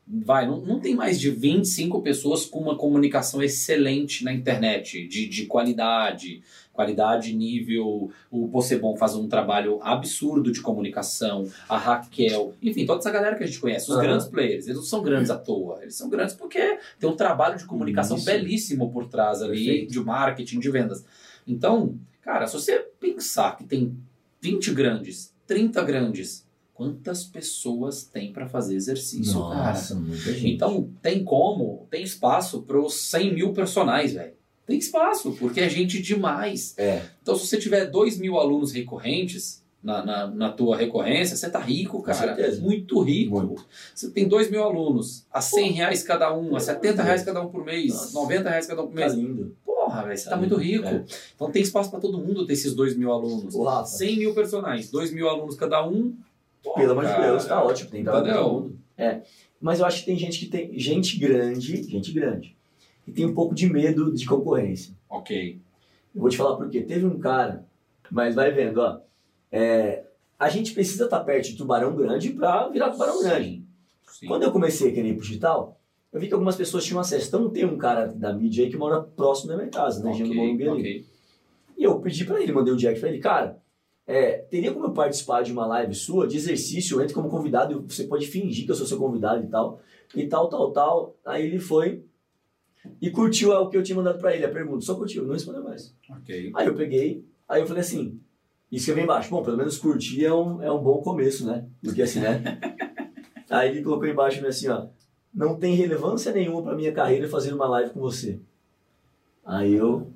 Vai, não, não tem mais de 25 pessoas com uma comunicação excelente na internet, de, de qualidade, qualidade, nível. O Possebon faz um trabalho absurdo de comunicação, a Raquel, enfim, toda essa galera que a gente conhece, os
Aham.
grandes players, eles não são grandes à toa, eles são grandes porque tem um trabalho de comunicação
Isso.
belíssimo por trás ali,
Perfeito.
de marketing, de vendas. Então, cara, se você pensar que tem 20 grandes, 30 grandes, quantas pessoas tem pra fazer exercício, cara?
Nossa, muita gente.
Então, tem como, tem espaço pros 100 mil personagens, velho. Tem espaço, porque é gente demais.
É.
Então, se você tiver 2 mil alunos recorrentes na, na, na tua recorrência, você tá rico, cara.
certeza.
Muito rico.
Muito.
Você tem 2 mil alunos, a 100 reais cada um, a
Pelo
70
amor de
reais
Deus.
cada um por mês,
Nossa.
90 reais cada um por
Tá
mês.
lindo.
Porra, velho, você tá
Tá
muito rico.
lindo, é.
Então tem espaço pra todo mundo ter esses 2 mil alunos.
Ô, Rafa,
100 mil personagens, 2 mil alunos cada um. Porra,
pelo amor de
cara.
Deus, tá ótimo. Tem pra
Entendeu?
todo mundo. Mas eu acho que tem gente que tem. Gente grande, gente grande, que tem um pouco de medo de concorrência.
Ok.
Eu vou te falar por quê. Teve um cara, mas vai vendo, ó. é, a gente precisa estar perto de tubarão grande para virar tubarão
Sim,
grande.
Sim.
Quando eu comecei a querer ir pro digital, eu vi que algumas pessoas tinham acesso. Então tem um cara da mídia aí que mora próximo da minha casa, na região do Morumbi
Ok,
ali.
ok.
E eu pedi pra ele, mandei um direct pra ele, cara, é, teria como eu participar de uma live sua de exercício, eu entro como convidado, eu- você pode fingir que eu sou seu convidado e tal, e tal, tal, tal. Aí ele foi e curtiu o que eu tinha mandado pra ele, a pergunta, só curtiu, não respondeu mais.
Ok.
Aí eu peguei, aí eu falei assim, e escrevi embaixo, bom, pelo menos curtir é um, é um bom começo, né? Porque assim, né? aí ele colocou embaixo né, assim, ó, não tem relevância nenhuma pra minha carreira fazer uma live com você. Aí eu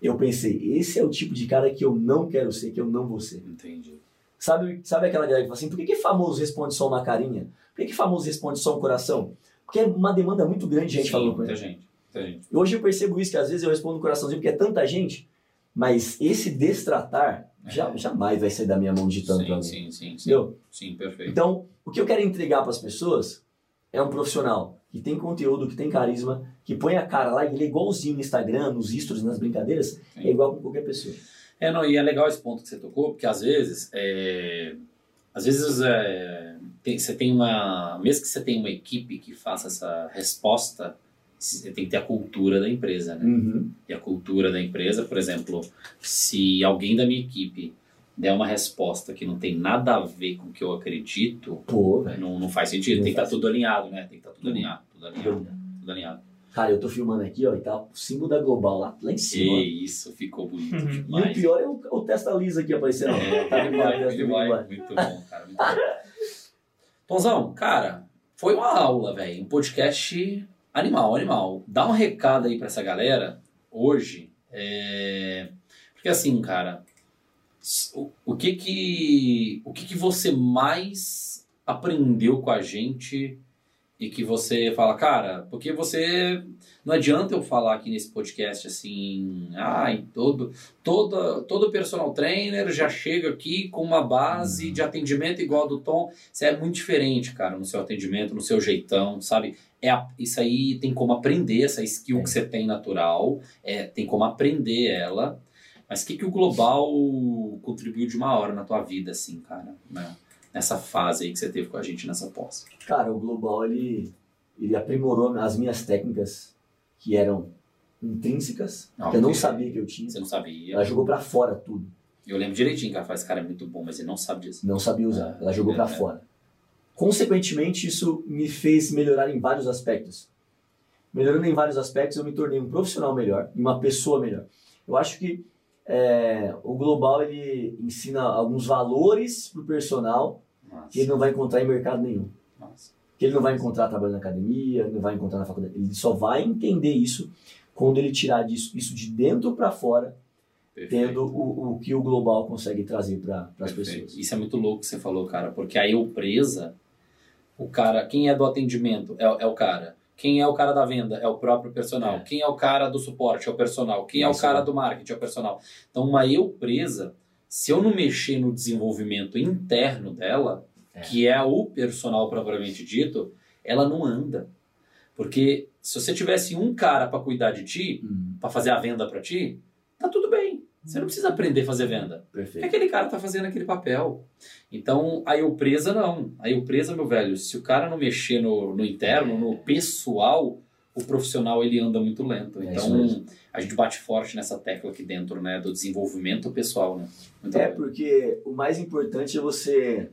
eu pensei, esse é o tipo de cara que eu não quero ser, que eu não vou ser.
Entendi.
Sabe, sabe aquela galera que fala assim, por que, que famoso responde só uma carinha? Por que, que famoso responde só um coração? Porque é uma demanda muito grande de gente
Sim,
falando com ele.
muita gente. Muita gente.
E Hoje eu percebo isso, que às vezes eu respondo um coraçãozinho porque é tanta gente, mas esse destratar
É.
ja- jamais vai sair da minha mão digitando pra
Sim, sim,
mim.
sim, sim.
Entendeu?
Sim, perfeito.
Então, o que eu quero entregar para as pessoas é um profissional que tem conteúdo, que tem carisma, que põe a cara lá e ele é igualzinho no Instagram, nos stories, nas brincadeiras, é igual com qualquer pessoa.
É, não, e é legal esse ponto que você tocou, porque às vezes, é, às vezes é, tem- você tem uma, mesmo que você tenha uma equipe que faça essa resposta, você tem que ter a cultura da empresa, né?
Uhum.
E a cultura da empresa, por exemplo, se alguém da minha equipe der uma resposta que não tem nada a ver com o que eu acredito,
Pô, velho.
não, não faz sentido.
Não
Tem que
faz Uhum.
estar tudo alinhado, né? Tem que estar tudo
Tudo.
alinhado, tudo alinhado, tudo alinhado.
Cara, eu tô filmando aqui, ó, e tá o símbolo da Global lá, lá em cima. ó.
E isso ficou bonito
Uhum.
E o
demais.
pior é o, o testa lisa aqui aparecendo. ó. Tá
É,
ligado,
vai,
testa
ele
do
vai.
Big Boy.
Muito bom, cara. Muito bom. Tonzão, cara, foi uma aula, velho. Um podcast animal, animal. Dá um recado aí pra essa galera hoje. é, Porque assim, cara, s- o, o que que o que que você mais aprendeu com a gente e que você fala, cara, porque você não adianta eu falar aqui nesse podcast assim, ah, em todo toda, todo personal trainer já chega aqui com uma base de atendimento igual a do Tom. Você é muito diferente, cara, no seu atendimento, no seu jeitão, sabe? É a- isso aí tem como aprender, essa skill
É.
que você tem natural, é, tem como aprender ela. Mas o que, que o global contribuiu de uma hora na tua vida, assim, cara? né? Nessa fase aí que você teve com a gente nessa pós.
Cara, o Global ele, ele aprimorou as minhas técnicas que eram intrínsecas, que eu não
Ah, Ok.
sabia que eu tinha.
Você não sabia.
Ela jogou pra fora tudo.
Eu lembro direitinho que ela fala, esse cara é muito bom, mas ele não sabe disso.
Não sabia usar.
Ah,
Ela jogou pra
é.
fora. Consequentemente, isso me fez melhorar em vários aspectos. Melhorando em vários aspectos, eu me tornei um profissional melhor e uma pessoa melhor. Eu acho que é, o Global ele ensina alguns valores pro personal que ele
Nossa,
não vai encontrar em mercado nenhum.
nossa.
que ele não vai encontrar trabalho na academia, não vai encontrar na faculdade. Ele só vai entender isso quando ele tirar disso, isso de dentro para fora,
Perfeito.
tendo o, o que o global consegue trazer para as
Perfeito.
pessoas.
Isso é muito louco que você falou, cara, porque a empresa, o cara, quem é do atendimento é, é o cara. Quem é o cara da venda é o próprio personal.
É. né?
Quem é o cara do suporte é o personal. Quem é o
Isso
cara
mesmo.
do marketing é o personal. Então, uma empresa, se eu não mexer no desenvolvimento interno dela,
É.
que é o personal propriamente dito, ela não anda. Porque se você tivesse um cara para cuidar de ti,
Hum,
para fazer a venda para ti, tá tudo bem. Você não precisa aprender a fazer venda. Porque
perfeito.
aquele cara tá fazendo aquele papel. Então, a eu presa não. A eu presa, meu velho, se o cara não mexer no, no interno, no pessoal, o profissional ele anda muito lento.
É isso
Então,
mesmo.
a gente bate forte nessa tecla aqui dentro, né? Do desenvolvimento pessoal, né? Muito
É
bem.
porque o mais importante é você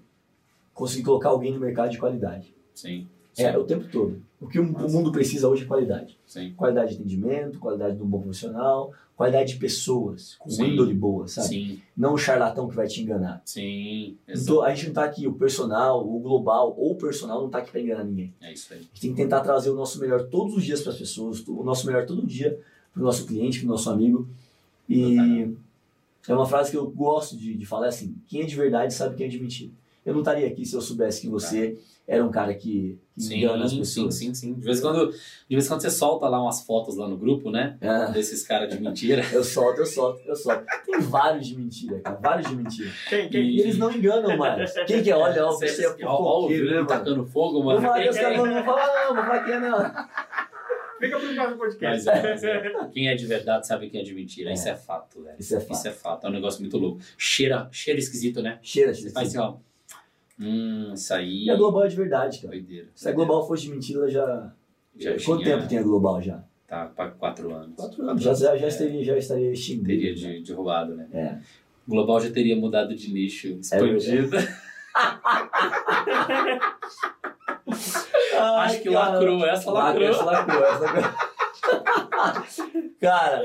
conseguir colocar alguém no mercado de qualidade.
Sim. Sim,
É, o tempo todo. O que o o mundo precisa hoje é qualidade.
sim.
Qualidade de atendimento, qualidade de um bom profissional, qualidade de pessoas com
Sim.
índole boa, sabe?
Sim,
Não o charlatão que vai te enganar.
sim. Exato.
Então, a gente não tá aqui, o personal, o global ou o personal não tá aqui pra enganar ninguém.
É isso aí.
A gente tem que tentar trazer o nosso melhor todos os dias para as pessoas, o nosso melhor todo dia pro nosso cliente, pro nosso amigo. E é uma frase que eu gosto de, de falar é assim: quem é de verdade sabe quem é de mentira. Eu não estaria aqui se eu soubesse que você era um cara que, que
Sim,
engana as
sim,
pessoas.
sim, sim. De vez, em quando, de vez em quando você solta lá umas fotos lá no grupo, né?
Ah,
Desses caras de mentira.
eu solto, eu solto, eu solto. Tem vários de mentira, cara. Vários de mentira.
Quem, quem?
E eles não enganam mais. Quem que é? Olha, ó,
Você-
você é
ó, ó, o
fofoqueiro, né,
Bruno
mano? tá
tacando fogo,
Vou
mano.
falar que os caras não vão falar, não, vou falar que é não.
Fica pro próximo podcast.
Mas é, mas é. Quem é de verdade sabe quem é de mentira. Isso é fato, velho.
Isso é fato.
Isso é fato. É um negócio muito louco. Cheira, cheira esquisito, né?
Cheira,
Você
cheira.
faz assim, ó. Hum, isso aí.
E a Global é de verdade, cara.
Doideira.
Se a Global fosse de mentira, ela já.
É. Já
Quanto
tinha-
tempo tem a Global já?
Tá, qua- quatro anos.
Quatro anos. Já, já, já
é,
estaria, já estaria extinguido.
Teria de, de roubado, né?
É.
Global já teria mudado de nicho, expandido. Acho que lacrou, essa lacrou.
Lacrou, essa lacrou, essa lacrou. cara,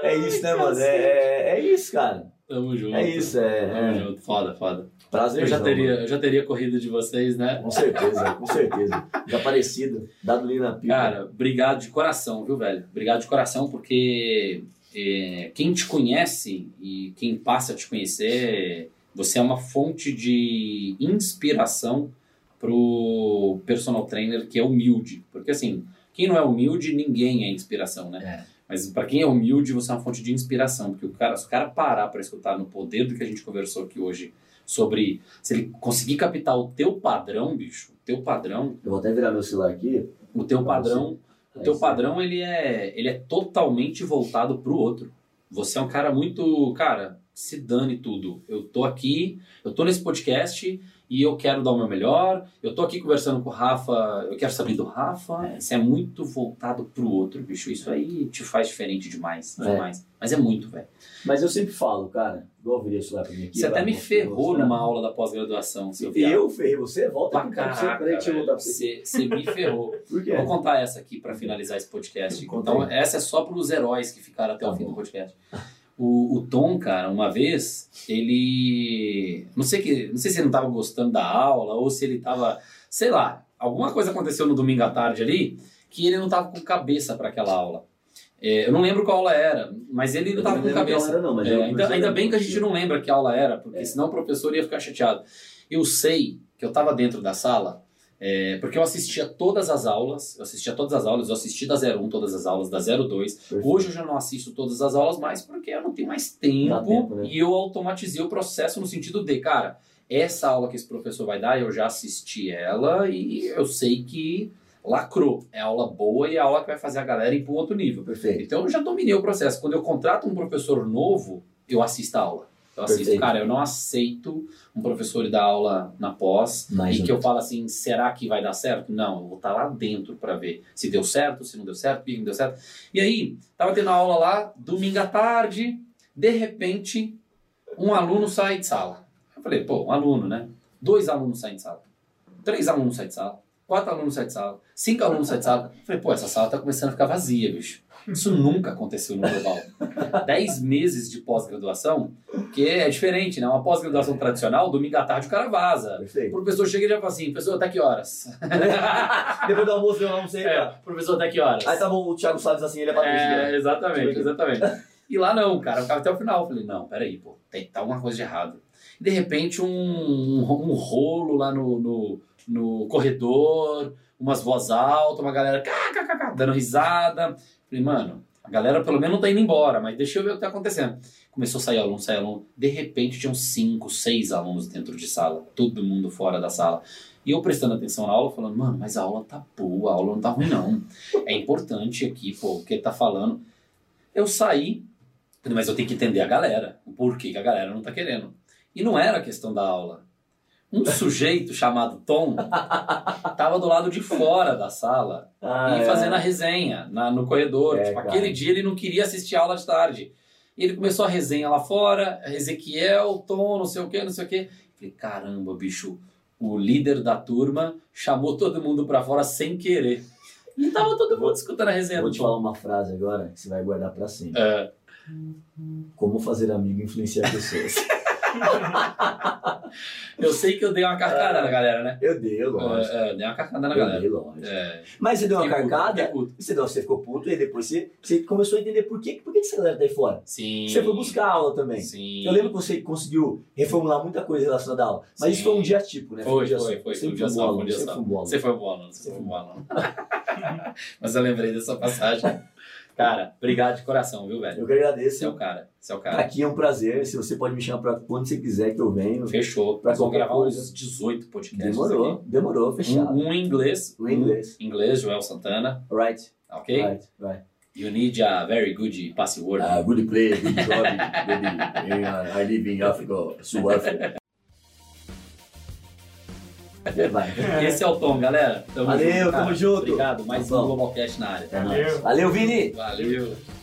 é isso, né, mano? É, é- é isso, cara.
Tamo junto.
É isso,
Tamo
é. é.
junto. Foda, foda.
Prazer,
Eu já teria, eu já teria corrido de vocês, né?
Com certeza, com certeza. Já parecido, dado ali na pipa.
Cara, obrigado de coração, viu, velho? Obrigado de coração, porque é, quem te conhece e quem passa a te conhecer, você é uma fonte de inspiração pro personal trainer que é humilde. Porque assim, quem não é humilde, ninguém é inspiração, né?
É.
Mas pra quem é humilde, você é uma fonte de inspiração, porque o cara, se o cara parar pra escutar no poder do que a gente conversou aqui hoje sobre se ele conseguir captar o teu padrão, bicho, o teu padrão,
Eu vou até virar meu celular aqui.
o teu
Pra você.
padrão, o teu padrão ele é, ele é totalmente voltado pro outro. Você é um cara muito, cara, se dane tudo. Eu tô aqui, eu tô nesse podcast e eu quero dar o meu melhor. Eu tô aqui conversando com o Rafa, eu quero saber do Rafa. Você é muito voltado pro outro, bicho. Isso aí te faz diferente demais,
É.
demais. Mas é muito, velho.
Mas eu sempre falo, cara, igual eu virei o celular pra mim aqui.
Você até
vai,
me
vou- vou
ferrou
mostrar.
numa aula da pós-graduação, seu viado.
né? Eu tá ferrei você? Volta
Pra
aqui pra você.
caraca,
Peraí, deixa eu
velho.
voltar pra você.
você você me ferrou.
Por quê?
Eu Vou contar essa aqui para finalizar esse podcast.
Conta
Então, essa é só para os heróis que ficaram até
Tá
o fim
bom.
do podcast. O, o Tom, cara, uma vez, ele. Não sei, que, não sei se ele não tava gostando da aula ou se ele tava. Sei lá, alguma coisa aconteceu no domingo à tarde ali que ele não tava com cabeça para aquela aula. É, eu não lembro qual aula era, mas ele não
Eu
tava
não
com
lembro qual
cabeça.
Era, não, mas
É,
eu- mas
ainda,
eu
ainda
lembro
bem que a gente não lembra que aula era, porque
né? É.
senão o professor ia ficar chateado. Eu sei que eu estava dentro da sala, é, porque eu assistia todas as aulas, eu assistia todas as aulas, eu assisti da 01 todas as aulas, da 02.
Perfeito.
Hoje eu já não assisto todas as aulas mais, porque eu não tenho mais tempo,
tempo, né?
e eu automatizei o processo no sentido de, cara, essa aula que esse professor vai dar, eu já assisti ela e eu sei que lacrou. É aula boa e é aula que vai fazer a galera ir para um outro nível.
Perfeito.
Então eu já dominei o processo. Quando eu contrato um professor novo, eu assisto a aula. Eu assisto,
Perfeito.
cara, eu não aceito um professor dar aula na pós
Mais
e
um.
que eu falo assim, será que vai dar certo? Não, eu vou estar lá dentro para ver se deu certo, se não deu certo, por que não deu certo. E aí, tava tendo aula lá, domingo à tarde, de repente, um aluno sai de sala. Eu falei, pô, um aluno, né? Dois alunos saem de sala. Três alunos saem de sala. Quatro alunos saem de sala. Cinco alunos saem de sala. Eu falei, pô, essa sala tá começando a ficar vazia, bicho. Isso nunca aconteceu no global. Dez meses de pós-graduação, que é diferente, né? Uma pós-graduação tradicional, domingo à tarde o cara vaza. O
Perfeito.
professor chega e já fala assim, professor, até que horas?
Depois do almoço eu almocei.
É,
cara.
professor, até que horas?
Aí tá, tava o Thiago Salles assim, ele é
É,
patrocínio.
exatamente, exatamente. E lá não, cara, eu ficava até o final. Eu Falei, não, peraí, pô, tem, tá alguma coisa de errado. E de repente, um, um rolo lá no, no, no corredor, umas vozes altas, uma galera cá, cá, cá, cá, dando risada. Falei, mano, a galera pelo menos não tá indo embora, mas deixa eu ver o que tá acontecendo. Começou a sair aluno, sair aluno. De repente, tinham cinco, seis alunos dentro de sala, todo mundo fora da sala. E eu prestando atenção na aula, falando, mano, mas a aula tá boa, a aula não tá ruim, não é importante aqui, pô, o que ele tá falando. Eu saí, falei, mas eu tenho que entender a galera, o porquê que a galera não tá querendo. E não era a questão da aula. Um sujeito chamado Tom tava do lado de fora da sala
Ah,
e
é.
fazendo a resenha na- no corredor.
É,
tipo,
cara.
aquele dia ele não queria assistir a aula de tarde. E ele começou a resenha lá fora, Ezequiel, Tom, não sei o que, não sei o que. Falei, caramba, bicho, o líder da turma chamou todo mundo pra fora sem querer. E tava todo mundo escutando a resenha
Vou
do
te
Tom.
falar uma frase agora que você vai guardar pra sempre.
É,
Como fazer amigo e influenciar pessoas.
Eu sei que eu dei uma carcada na galera, né?
Eu dei, eu É. lógico.
É, é, dei uma carcada na
eu
galera.
dei, lógico.
É,
Mas você deu uma
fiquei puto,
cargada,
fiquei puto.
você, não, você ficou puto, e depois você, você começou a entender por que, por que essa galera tá aí fora.
Sim.
Você foi buscar aula também.
Sim.
Eu lembro que você conseguiu reformular muita coisa relacionada à aula. Mas
Sim.
isso foi um dia típico, né?
Foi,
um dia
foi,
só.
foi,
Sempre
foi um dia
um
só,
bom
foi um
aluno,
dia
sempre
só.
um bom aluno.
Você foi bom, aluno. Você foi bom, aluno. Mas eu lembrei dessa passagem. Cara, obrigado de coração, viu, velho?
Eu que agradeço.
Você é o cara. Você é o cara.
Aqui é um prazer. Se você pode me chamar pra quando você quiser que eu venho.
Fechou.
Pra
Nós vamos
qualquer
gravar
coisa.
uns 18 podcasts.
Demorou, demorou,
aqui. Um,
fechado.
um em inglês.
No inglês.
Um em inglês, Joel Santana. tá
Right,
Ok?
right, right.
You need a very good password.
Ah, good play, good job, baby. And, uh, I live in Africa, South Africa. Vai.
Esse é o Tom, galera. Tamo
Valeu,
junto, cara.
tamo junto.
Obrigado. Mais um
Tá bom.
Globalcast na área.
É nóis. Valeu, Vini!
Valeu.